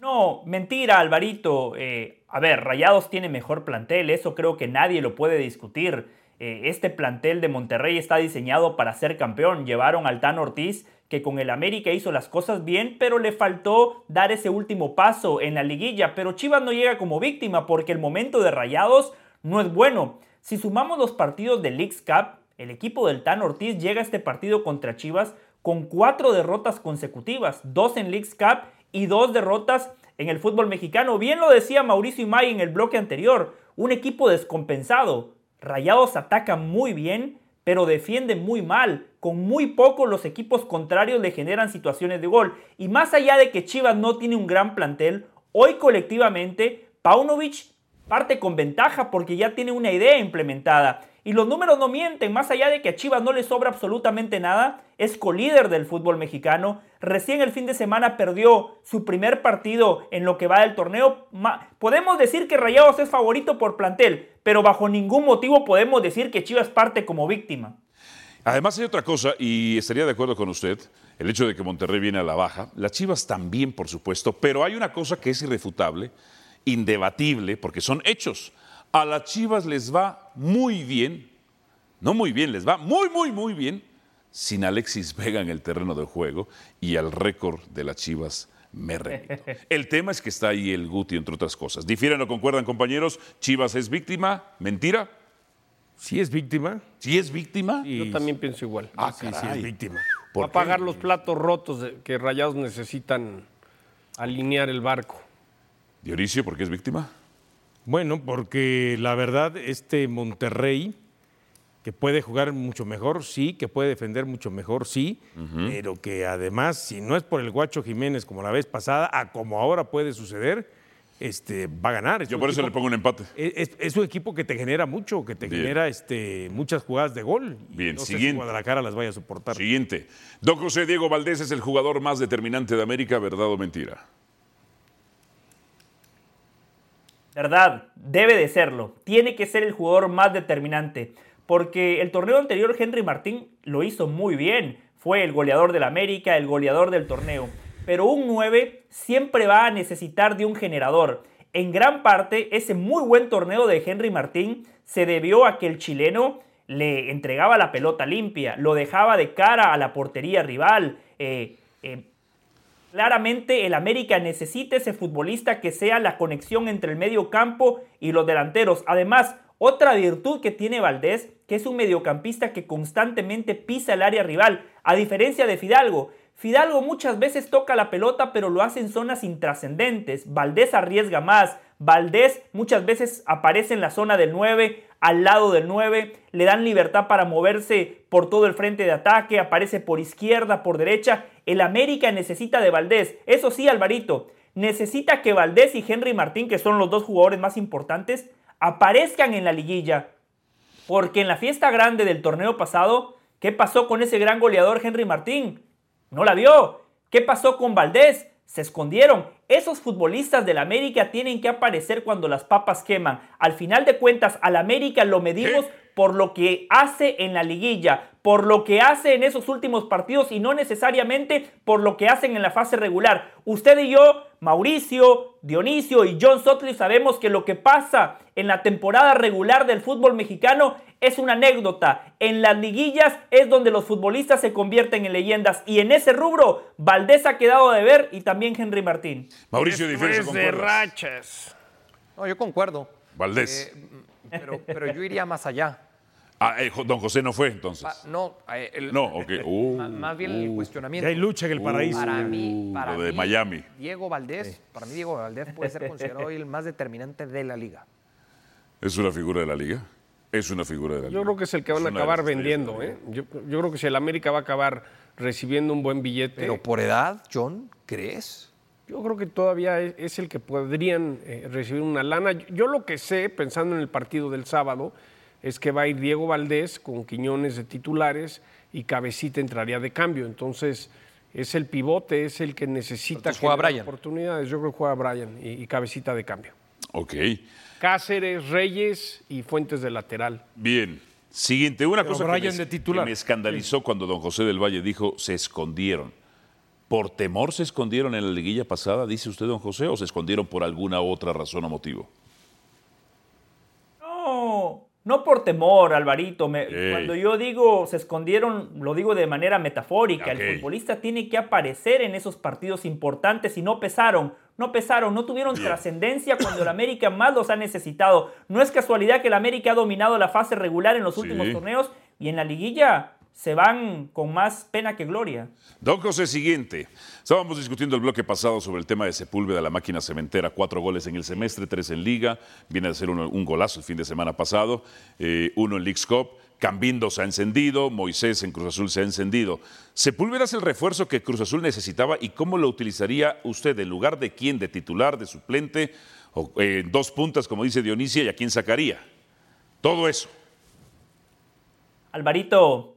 [SPEAKER 6] No, mentira, Alvarito. Eh, a ver, Rayados tiene mejor plantel, eso creo que nadie lo puede discutir. Eh, este plantel de Monterrey está diseñado para ser campeón. Llevaron al Tan Ortiz, que con el América hizo las cosas bien, pero le faltó dar ese último paso en la liguilla. Pero Chivas no llega como víctima porque el momento de Rayados no es bueno. Si sumamos los partidos de Leagues Cup, el equipo del Tan Ortiz llega a este partido contra Chivas con cuatro derrotas consecutivas, dos en Leagues Cup y dos derrotas en el fútbol mexicano. Bien lo decía Mauricio Imay en el bloque anterior, un equipo descompensado. Rayados ataca muy bien, pero defiende muy mal. Con muy poco los equipos contrarios le generan situaciones de gol. Y más allá de que Chivas no tiene un gran plantel, hoy colectivamente Paunovic parte con ventaja porque ya tiene una idea implementada. Y los números no mienten, más allá de que a Chivas no le sobra absolutamente nada, es colíder del fútbol mexicano. Recién el fin de semana perdió su primer partido en lo que va del torneo. Ma- Podemos decir que Rayados es favorito por plantel, pero bajo ningún motivo podemos decir que Chivas parte como víctima.
[SPEAKER 5] Además hay otra cosa, y estaría de acuerdo con usted, el hecho de que Monterrey viene a la baja, las Chivas también, por supuesto, pero hay una cosa que es irrefutable, indebatible, porque son hechos. A las Chivas les va muy bien, no muy bien, les va muy, muy, muy bien, sin Alexis Vega en el terreno de juego y al récord de las Chivas me remito. El tema es que está ahí el Guti, entre otras cosas. ¿Difieren o concuerdan, compañeros? ¿Chivas es víctima? ¿Mentira?
[SPEAKER 11] ¿Sí es víctima?
[SPEAKER 5] ¿Sí es víctima?
[SPEAKER 7] Yo también pienso igual.
[SPEAKER 5] Ah,
[SPEAKER 11] Sí, sí,
[SPEAKER 5] caray.
[SPEAKER 11] es víctima.
[SPEAKER 5] ¿Por
[SPEAKER 7] Va a
[SPEAKER 5] qué?
[SPEAKER 7] pagar los platos rotos de- que Rayados necesitan alinear el barco.
[SPEAKER 5] Dionisio, ¿por qué es víctima?
[SPEAKER 11] Bueno, porque la verdad, este Monterrey, que puede jugar mucho mejor, sí, que puede defender mucho mejor, sí, pero que además, si no es por el Guacho Jiménez como la vez pasada, a como ahora puede suceder, este, va a ganar. Es
[SPEAKER 5] Yo
[SPEAKER 11] un
[SPEAKER 5] por eso
[SPEAKER 11] equipo-
[SPEAKER 5] le pongo un empate.
[SPEAKER 11] Es, es- es un equipo que te genera mucho, que te
[SPEAKER 5] Bien.
[SPEAKER 11] genera este, muchas jugadas de gol. Y
[SPEAKER 5] Bien,
[SPEAKER 11] no Sé si
[SPEAKER 5] siguiente.
[SPEAKER 11] Guadalajara las vaya a soportar.
[SPEAKER 5] Siguiente. Don José Diego Valdés es el jugador más determinante de América, ¿verdad o mentira?
[SPEAKER 6] ¿Verdad? Debe de serlo. Tiene que ser el jugador más determinante. Porque el torneo anterior Henry Martín lo hizo muy bien. Fue el goleador del América, el goleador del torneo. Pero un 9 siempre va a necesitar de un generador. En gran parte, ese muy buen torneo de Henry Martín se debió a que el chileno le entregaba la pelota limpia, lo dejaba de cara a la portería rival. eh, eh, Claramente el América necesita ese futbolista que sea la conexión entre el medio campo y los delanteros. Además, otra virtud que tiene Valdés, que es un mediocampista que constantemente pisa el área rival, a diferencia de Fidalgo. Fidalgo muchas veces toca la pelota pero lo hace en zonas intrascendentes. Valdés arriesga más. Valdés muchas veces aparece en la zona del 9, al lado del 9, le dan libertad para moverse por todo el frente de ataque, aparece por izquierda, por derecha. El América necesita de Valdés. Eso sí, Alvarito, necesita que Valdés y Henry Martín, que son los dos jugadores más importantes, aparezcan en la liguilla. Porque en la fiesta grande del torneo pasado, ¿qué pasó con ese gran goleador Henry Martín? No la vio. ¿Qué pasó con Valdés? Se escondieron. Esos futbolistas del América tienen que aparecer cuando las papas queman. Al final de cuentas, al América lo medimos por lo que hace en la liguilla, por lo que hace en esos últimos partidos y no necesariamente por lo que hacen en la fase regular. Usted y yo, Mauricio, Dionisio y John Sotley sabemos que lo que pasa en la temporada regular del fútbol mexicano es una anécdota. En las liguillas es donde los futbolistas se convierten en leyendas y en ese rubro Valdés ha quedado de ver y también Henry Martín.
[SPEAKER 5] Mauricio Diferencia
[SPEAKER 7] Tres de
[SPEAKER 5] con
[SPEAKER 7] rachas.
[SPEAKER 8] No, yo concuerdo.
[SPEAKER 5] Valdés.
[SPEAKER 8] Eh, pero, pero yo iría más allá.
[SPEAKER 5] Ah, eh, jo- don José no fue entonces.
[SPEAKER 8] Pa- no, eh, el-
[SPEAKER 5] No, ok. Uh,
[SPEAKER 8] ma- más bien el cuestionamiento.
[SPEAKER 11] Ya hay lucha en el paraíso.
[SPEAKER 8] Para mí, para
[SPEAKER 5] lo de
[SPEAKER 8] mí,
[SPEAKER 5] Miami.
[SPEAKER 8] Diego Valdés, para mí Diego Valdés puede ser considerado hoy el más determinante de la liga.
[SPEAKER 5] ¿Es una figura de la liga? Es una figura de la liga.
[SPEAKER 7] Yo creo que es el que van
[SPEAKER 5] Es
[SPEAKER 7] a
[SPEAKER 5] una de
[SPEAKER 7] acabar
[SPEAKER 5] las estrellas
[SPEAKER 7] vendiendo.
[SPEAKER 5] de la
[SPEAKER 7] ¿eh? Yo, yo creo que si el América va a acabar recibiendo un buen billete,
[SPEAKER 8] Pero por edad, John, ¿crees?
[SPEAKER 7] yo creo que todavía es, es el que podrían eh, recibir una lana. Yo, yo lo que sé, pensando en el partido del sábado, es que va a ir Diego Valdés con Quiñones de titulares y Cabecita entraría de cambio. Entonces, es el pivote, es el que necesita
[SPEAKER 8] Entonces juega
[SPEAKER 7] generar
[SPEAKER 8] Bryan.
[SPEAKER 7] oportunidades. Yo creo que juega Brian y, y Cabecita de cambio.
[SPEAKER 5] Ok.
[SPEAKER 7] Cáceres, Reyes y Fuentes de lateral.
[SPEAKER 5] Bien. Siguiente. Una
[SPEAKER 11] Pero
[SPEAKER 5] cosa que me,
[SPEAKER 11] Bryan
[SPEAKER 5] es-
[SPEAKER 11] de titular.
[SPEAKER 5] que me escandalizó cuando don José del Valle dijo se escondieron. ¿Por temor se escondieron en la liguilla pasada, dice usted, don José, o se escondieron por alguna otra razón o motivo?
[SPEAKER 6] No, no por temor, Alvarito. Me-
[SPEAKER 5] Ey.
[SPEAKER 6] Cuando yo digo se escondieron, lo digo de manera metafórica.
[SPEAKER 5] Ok.
[SPEAKER 6] El futbolista tiene que aparecer en esos partidos importantes y no pesaron. No pesaron, no tuvieron trascendencia cuando el América más los ha necesitado. No es casualidad que el América ha dominado la fase regular en los últimos torneos y en la liguilla se van con más pena que gloria.
[SPEAKER 5] Don José, siguiente. Estábamos discutiendo el bloque pasado sobre el tema de Sepúlveda, la máquina cementera, cuatro goles en el semestre, tres en Liga, viene a ser un, un golazo el fin de semana pasado, eh, uno en League's Cup, Cambindo se ha encendido, Moisés en Cruz Azul se ha encendido. Sepúlveda es el refuerzo que Cruz Azul necesitaba y cómo lo utilizaría usted, en lugar de quién, de titular, de suplente, o, eh, dos puntas, como dice Dionisia, y a quién sacaría. Todo eso.
[SPEAKER 6] Alvarito,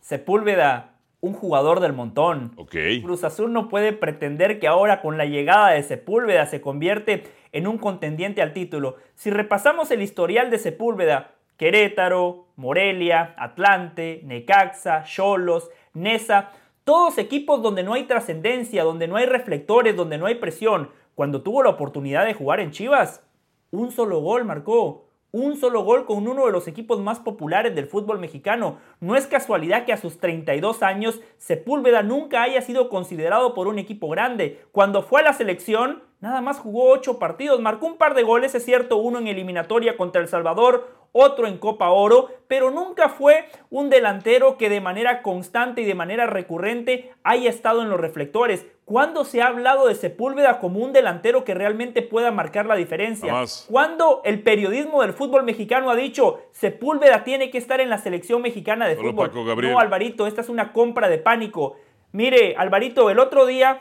[SPEAKER 6] Sepúlveda, un jugador del montón.
[SPEAKER 5] Ok.
[SPEAKER 6] Cruz Azul no puede pretender que ahora con la llegada de Sepúlveda se convierte en un contendiente al título. Si repasamos el historial de Sepúlveda, Querétaro, Morelia, Atlante, Necaxa, Cholos, Nesa, todos equipos donde no hay trascendencia, donde no hay reflectores, donde no hay presión. Cuando tuvo la oportunidad de jugar en Chivas, un solo gol marcó. Un solo gol con uno de los equipos más populares del fútbol mexicano. No es casualidad que a sus 32 años Sepúlveda nunca haya sido considerado por un equipo grande. Cuando fue a la selección, nada más jugó 8 partidos, marcó un par de goles, es cierto, uno en eliminatoria contra El Salvador, otro en Copa Oro, pero nunca fue un delantero que de manera constante y de manera recurrente haya estado en los reflectores. ¿Cuándo se ha hablado de Sepúlveda como un delantero que realmente pueda marcar la diferencia?
[SPEAKER 5] Jamás.
[SPEAKER 6] ¿Cuándo el periodismo del fútbol mexicano ha dicho Sepúlveda tiene que estar en la selección mexicana de
[SPEAKER 5] Solo
[SPEAKER 6] fútbol?
[SPEAKER 5] Paco Gabriel.
[SPEAKER 6] No, Alvarito, esta es una compra de pánico. Mire, Alvarito, el otro día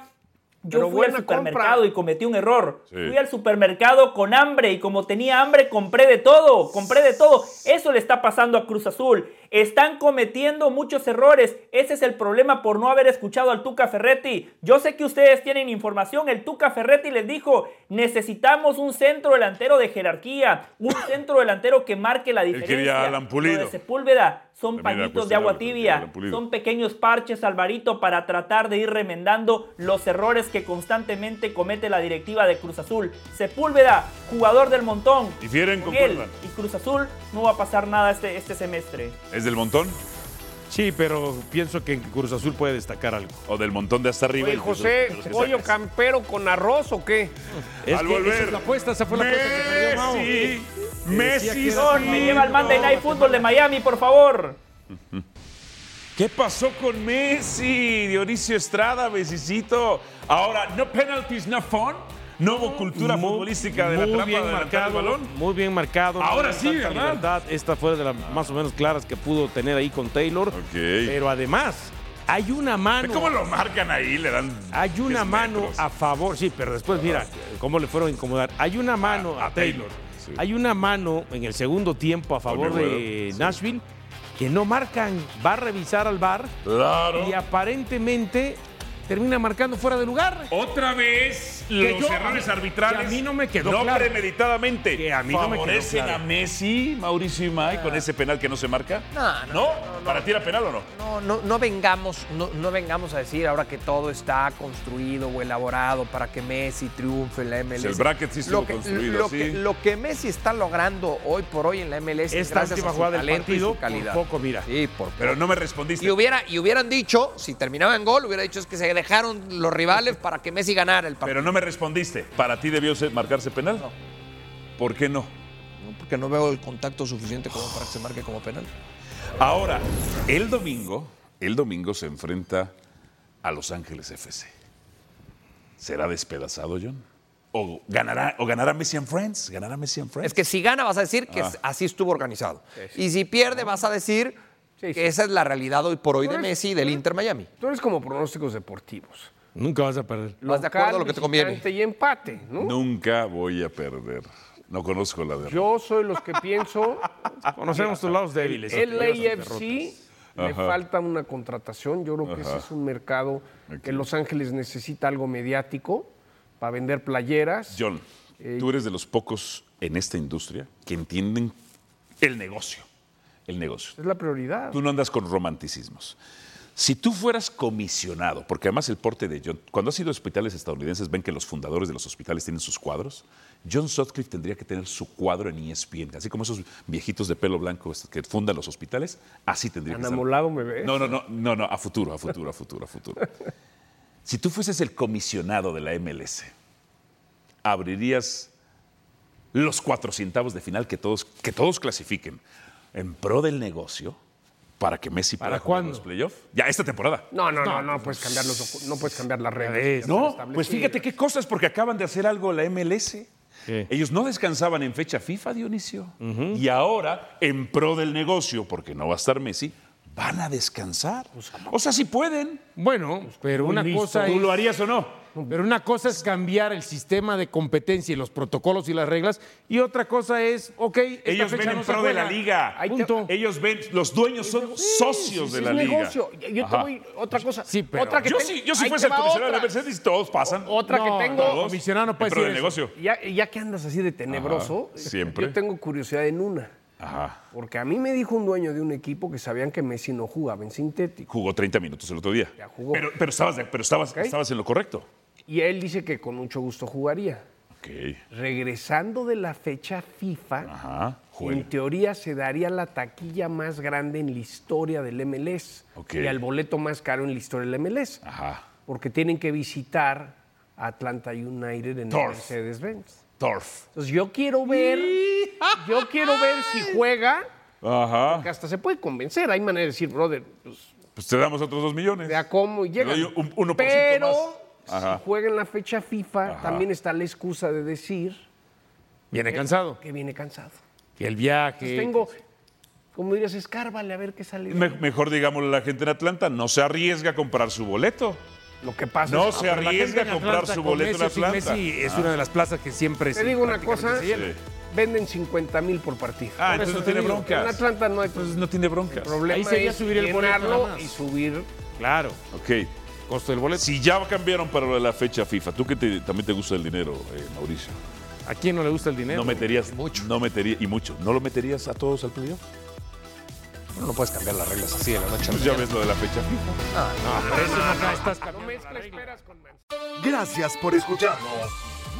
[SPEAKER 6] yo
[SPEAKER 7] Pero
[SPEAKER 6] fui al
[SPEAKER 7] buena
[SPEAKER 6] supermercado
[SPEAKER 7] compra.
[SPEAKER 6] y cometí un error.
[SPEAKER 5] Sí.
[SPEAKER 6] Fui al supermercado con hambre y como tenía hambre compré de todo, compré de todo. Eso le está pasando a Cruz Azul. Están cometiendo muchos errores. Ese es el problema por no haber escuchado al Tuca Ferretti. Yo sé que ustedes tienen información. El Tuca Ferretti les dijo, necesitamos un centro delantero de jerarquía, un centro delantero que marque la diferencia.
[SPEAKER 5] quería a Alan Pulido.
[SPEAKER 6] Lo de Sepúlveda son
[SPEAKER 5] También era
[SPEAKER 6] pañitos de agua
[SPEAKER 5] cuestionable, porque
[SPEAKER 6] tibia,
[SPEAKER 5] Alan Pulido.
[SPEAKER 6] son pequeños parches, Alvarito, para tratar de ir remendando los errores que constantemente comete la directiva de Cruz Azul. Sepúlveda, jugador del montón.
[SPEAKER 5] Difieren,
[SPEAKER 6] Con él
[SPEAKER 5] concuerdan.
[SPEAKER 6] y Cruz Azul no va a pasar nada este, este semestre.
[SPEAKER 5] ¿Es del montón?
[SPEAKER 12] Sí, pero pienso que en Cruz Azul puede destacar algo.
[SPEAKER 5] ¿O del montón de hasta arriba?
[SPEAKER 7] Oye,
[SPEAKER 5] y Cruz
[SPEAKER 7] José,
[SPEAKER 5] Azul?
[SPEAKER 7] ¿pollo campero con arroz o qué?
[SPEAKER 12] Es
[SPEAKER 5] Al
[SPEAKER 12] que esa
[SPEAKER 5] volver,
[SPEAKER 12] es la apuesta, esa fue la apuesta que perdió Mao.
[SPEAKER 5] Messi,
[SPEAKER 12] Decía que
[SPEAKER 5] Messi,
[SPEAKER 12] era-
[SPEAKER 6] Don, me lleva el Monday Night Football de Miami, por favor.
[SPEAKER 5] ¿Qué pasó con Messi? Dionisio Estrada, Mesicito. Ahora, no penalties, no fun. No hubo cultura
[SPEAKER 12] Muy-
[SPEAKER 5] futbolística de la
[SPEAKER 12] muy
[SPEAKER 5] trampa
[SPEAKER 12] bien
[SPEAKER 5] de
[SPEAKER 12] marcado,
[SPEAKER 5] balón.
[SPEAKER 12] Muy bien marcado.
[SPEAKER 5] Ahora
[SPEAKER 12] hubo
[SPEAKER 5] sí,
[SPEAKER 12] tanta
[SPEAKER 5] ¿verdad?
[SPEAKER 12] libertad. Esta fue de las más o menos claras que pudo tener ahí con Taylor.
[SPEAKER 5] Ok.
[SPEAKER 12] Pero además, hay una
[SPEAKER 5] Ve
[SPEAKER 12] mano.
[SPEAKER 5] ¿Cómo lo marcan ahí? Le dan.
[SPEAKER 12] Hay una
[SPEAKER 5] 10
[SPEAKER 12] mano
[SPEAKER 5] metros. Ah,
[SPEAKER 12] a favor, sí, pero después mira cómo le fueron a incomodar. Hay una mano
[SPEAKER 5] a
[SPEAKER 12] a,
[SPEAKER 5] Taylor,
[SPEAKER 12] Taylor.
[SPEAKER 5] sí.
[SPEAKER 12] Hay una mano en el segundo tiempo a favor
[SPEAKER 5] Con el
[SPEAKER 12] de
[SPEAKER 5] güero, sí.
[SPEAKER 12] Nashville que no marcan. Va a revisar al bar
[SPEAKER 5] Claro.
[SPEAKER 12] y aparentemente termina marcando fuera de lugar.
[SPEAKER 5] Otra vez
[SPEAKER 12] Que
[SPEAKER 5] los
[SPEAKER 12] yo-
[SPEAKER 5] errores arbitrales.
[SPEAKER 12] que a mí no me quedó
[SPEAKER 5] No
[SPEAKER 12] claro.
[SPEAKER 5] premeditadamente.
[SPEAKER 12] Que a mí no me quedó
[SPEAKER 5] ¿Favorecen
[SPEAKER 12] claro. Ah.
[SPEAKER 5] a Messi, Mauricio Imay, con ese penal que no se marca?
[SPEAKER 8] No, no, no, no.
[SPEAKER 5] ¿Para ti era penal o no?
[SPEAKER 8] No, no, no vengamos, no, no vengamos a decir ahora que todo está construido o elaborado para que Messi triunfe en la MLS.
[SPEAKER 5] el bracket sí estuvo
[SPEAKER 8] lo que,
[SPEAKER 5] construido,
[SPEAKER 8] lo
[SPEAKER 5] sí.
[SPEAKER 8] que- lo que Messi está logrando hoy por hoy en la MLS es
[SPEAKER 12] Esta
[SPEAKER 8] gracias
[SPEAKER 12] última
[SPEAKER 8] a su
[SPEAKER 12] jugada del
[SPEAKER 8] talento y su
[SPEAKER 12] partido,
[SPEAKER 8] calidad.
[SPEAKER 12] por poco, mira.
[SPEAKER 8] Sí, por poco.
[SPEAKER 5] Pero no me respondiste.
[SPEAKER 8] y, hubiera, y hubieran dicho, si terminaba en gol, hubiera dicho es que se dejaron los rivales para que Messi ganara el partido.
[SPEAKER 5] Pero no me respondiste. ¿Para ti debió ser- marcarse penal?
[SPEAKER 8] No.
[SPEAKER 5] ¿Por qué no?
[SPEAKER 8] No, porque no veo el contacto suficiente como para que se marque como penal.
[SPEAKER 5] Ahora, el domingo, el domingo se enfrenta a Los Ángeles FC. ¿Será despedazado, John? ¿O ganará, o ganará Messi and Friends? ¿Ganará Messi and Friends?
[SPEAKER 8] Es que si gana vas a decir que
[SPEAKER 5] Ah.
[SPEAKER 8] así estuvo organizado. Y si pierde vas a decir
[SPEAKER 7] Sí, sí.
[SPEAKER 8] que esa es la realidad hoy por hoy de
[SPEAKER 7] Por eso,
[SPEAKER 8] Messi y del Inter Miami.
[SPEAKER 7] Tú eres como pronósticos deportivos.
[SPEAKER 12] Nunca vas a perder.
[SPEAKER 8] ¿Vas de acuerdo a lo que te conviene?
[SPEAKER 7] visitante Y empate, ¿no?
[SPEAKER 5] Nunca voy a perder. No conozco la derrota.
[SPEAKER 7] Yo soy los que
[SPEAKER 5] <laughs>
[SPEAKER 7] pienso
[SPEAKER 5] Ah,
[SPEAKER 12] Conocemos tus lados débiles.
[SPEAKER 7] LAFC le
[SPEAKER 5] Ajá.
[SPEAKER 7] falta una contratación. Yo creo que ese es un mercado
[SPEAKER 5] Ok.
[SPEAKER 7] que Los Ángeles necesita algo mediático para vender playeras.
[SPEAKER 5] John, tú eres de los pocos en esta industria que entienden el negocio. El negocio.
[SPEAKER 7] Es la prioridad.
[SPEAKER 5] Tú no andas con romanticismos. Si tú fueras comisionado, porque además el porte de John, cuando ha sido hospitales estadounidenses, ven que los fundadores de los hospitales tienen sus cuadros. John Sutcliffe tendría que tener su cuadro en E ESPN, así como esos viejitos de pelo blanco que fundan los hospitales, así tendría que estar.
[SPEAKER 7] Anamolado me ves.
[SPEAKER 5] No, no, no, no, no, a futuro, a futuro, a futuro, a futuro. Si tú fueses el comisionado de la MLS, abrirías los cuatrocientavos de final que todos, que todos clasifiquen en pro del negocio para que Messi
[SPEAKER 12] ¿Para
[SPEAKER 5] pueda jugar
[SPEAKER 12] cuándo?
[SPEAKER 5] los playoffs. Ya esta temporada.
[SPEAKER 7] No, no, no, no, puedes cambiar los docu- no puedes cambiar las reglas.
[SPEAKER 12] ves,
[SPEAKER 7] ya están
[SPEAKER 5] No, pues
[SPEAKER 7] establecidas.
[SPEAKER 5] fíjate qué cosas, porque acaban de hacer algo la MLS.
[SPEAKER 12] ¿Qué?
[SPEAKER 5] Ellos no descansaban en fecha FIFA, Dionisio. Y ahora, en pro del negocio, porque no va a estar Messi, van a descansar.
[SPEAKER 12] Pues,
[SPEAKER 5] O sea, si pueden.
[SPEAKER 6] Bueno, pero
[SPEAKER 5] muy
[SPEAKER 6] una
[SPEAKER 5] Pues, listo.
[SPEAKER 6] cosa
[SPEAKER 5] ¿Tú
[SPEAKER 6] es-
[SPEAKER 5] lo harías o no?
[SPEAKER 6] Pero una cosa es cambiar el sistema de competencia y los protocolos y las reglas, y otra cosa es, ok, esta
[SPEAKER 5] Ellos
[SPEAKER 6] fecha
[SPEAKER 5] ven
[SPEAKER 6] no
[SPEAKER 5] en
[SPEAKER 6] se
[SPEAKER 5] pro de la
[SPEAKER 6] juega.
[SPEAKER 5] liga.
[SPEAKER 6] Punto.
[SPEAKER 5] Ellos ven, los dueños son socios
[SPEAKER 7] sí,
[SPEAKER 5] de
[SPEAKER 7] sí,
[SPEAKER 5] la
[SPEAKER 7] es
[SPEAKER 5] liga.
[SPEAKER 7] negocio. Yo- Yo te
[SPEAKER 5] Ajá.
[SPEAKER 7] voy otra cosa.
[SPEAKER 6] Sí, pero-
[SPEAKER 7] otra que
[SPEAKER 5] yo,
[SPEAKER 7] ten-
[SPEAKER 5] sí, yo si
[SPEAKER 7] ahí
[SPEAKER 5] fuese el
[SPEAKER 7] te va
[SPEAKER 5] comisionado de la
[SPEAKER 7] otra.
[SPEAKER 5] Mercedes, todos pasan.
[SPEAKER 7] Otra
[SPEAKER 6] No,
[SPEAKER 7] que tengo.
[SPEAKER 6] no, comisionado no puede
[SPEAKER 5] en pro
[SPEAKER 6] decir
[SPEAKER 5] del
[SPEAKER 6] eso.
[SPEAKER 5] negocio.
[SPEAKER 7] Ya, ya que andas así de tenebroso, este,
[SPEAKER 5] Ajá, siempre.
[SPEAKER 7] yo tengo curiosidad en una.
[SPEAKER 5] Ajá.
[SPEAKER 7] Porque a mí me dijo un dueño de un equipo que sabían que Messi no jugaba en sintético.
[SPEAKER 5] Jugó 30 minutos el otro día.
[SPEAKER 7] Ya jugó.
[SPEAKER 5] Pero, pero estabas, de- pero estabas, estabas en lo correcto.
[SPEAKER 7] Y él dice que con mucho gusto jugaría.
[SPEAKER 5] Ok.
[SPEAKER 7] Regresando de la fecha FIFA,
[SPEAKER 5] Ajá. Juega.
[SPEAKER 7] en teoría se daría la taquilla más grande en la historia del MLS.
[SPEAKER 5] Ok. Ah.
[SPEAKER 7] Y al boleto más caro en la historia del MLS.
[SPEAKER 5] Ajá.
[SPEAKER 7] Porque tienen que visitar a Atlanta United en el
[SPEAKER 5] Turf.
[SPEAKER 7] Mercedes-Benz.
[SPEAKER 5] Torf.
[SPEAKER 7] Entonces yo quiero ver, yo quiero ver si juega,
[SPEAKER 5] Ajá.
[SPEAKER 7] que hasta se puede convencer. Hay manera de decir, brother, pues
[SPEAKER 5] Pues te damos otros dos millones.
[SPEAKER 7] vea cómo y llega.
[SPEAKER 5] doy un- 1%
[SPEAKER 7] Pero
[SPEAKER 5] más. Ajá.
[SPEAKER 7] si juega en la fecha FIFA,
[SPEAKER 5] Ajá.
[SPEAKER 7] también está la excusa de decir
[SPEAKER 6] Viene cansado.
[SPEAKER 7] que viene cansado.
[SPEAKER 6] Y el viaje.
[SPEAKER 7] Entonces tengo, como dirías, escárvale a ver qué sale. de
[SPEAKER 5] Me-
[SPEAKER 7] ahí.
[SPEAKER 5] mejor digamos la gente en Atlanta no se arriesga a comprar su boleto.
[SPEAKER 7] Lo que pasa
[SPEAKER 5] No
[SPEAKER 7] es
[SPEAKER 5] se arriesga a comprar su boleto en Atlanta. Ah.
[SPEAKER 6] Messi es una de las plazas que siempre
[SPEAKER 7] Te digo una cosa,
[SPEAKER 5] llena. Sí.
[SPEAKER 7] venden 50 mil por partido.
[SPEAKER 5] Ah, entonces no tiene
[SPEAKER 7] En
[SPEAKER 5] broncas.
[SPEAKER 7] Atlanta no hay
[SPEAKER 5] Entonces Pues, no tiene broncas.
[SPEAKER 7] problema.
[SPEAKER 6] Ahí sería
[SPEAKER 7] es
[SPEAKER 6] subir el boleto
[SPEAKER 7] llenarlo
[SPEAKER 6] nada más.
[SPEAKER 7] y subir
[SPEAKER 6] Claro,
[SPEAKER 5] Ok.
[SPEAKER 6] costo del boleto.
[SPEAKER 5] Si ya cambiaron para lo de la fecha FIFA, tú que te- también te gusta el dinero, eh, Mauricio.
[SPEAKER 6] ¿A quién no le gusta el dinero?
[SPEAKER 5] No meterías mucho. No metería, y mucho. ¿No lo meterías a todos al playoff?
[SPEAKER 8] Bueno, no puedes cambiar las reglas así de la noche a la
[SPEAKER 5] Pues ya
[SPEAKER 8] mañana.
[SPEAKER 5] ves lo de la fecha FIFA.
[SPEAKER 1] Gracias por escucharnos. E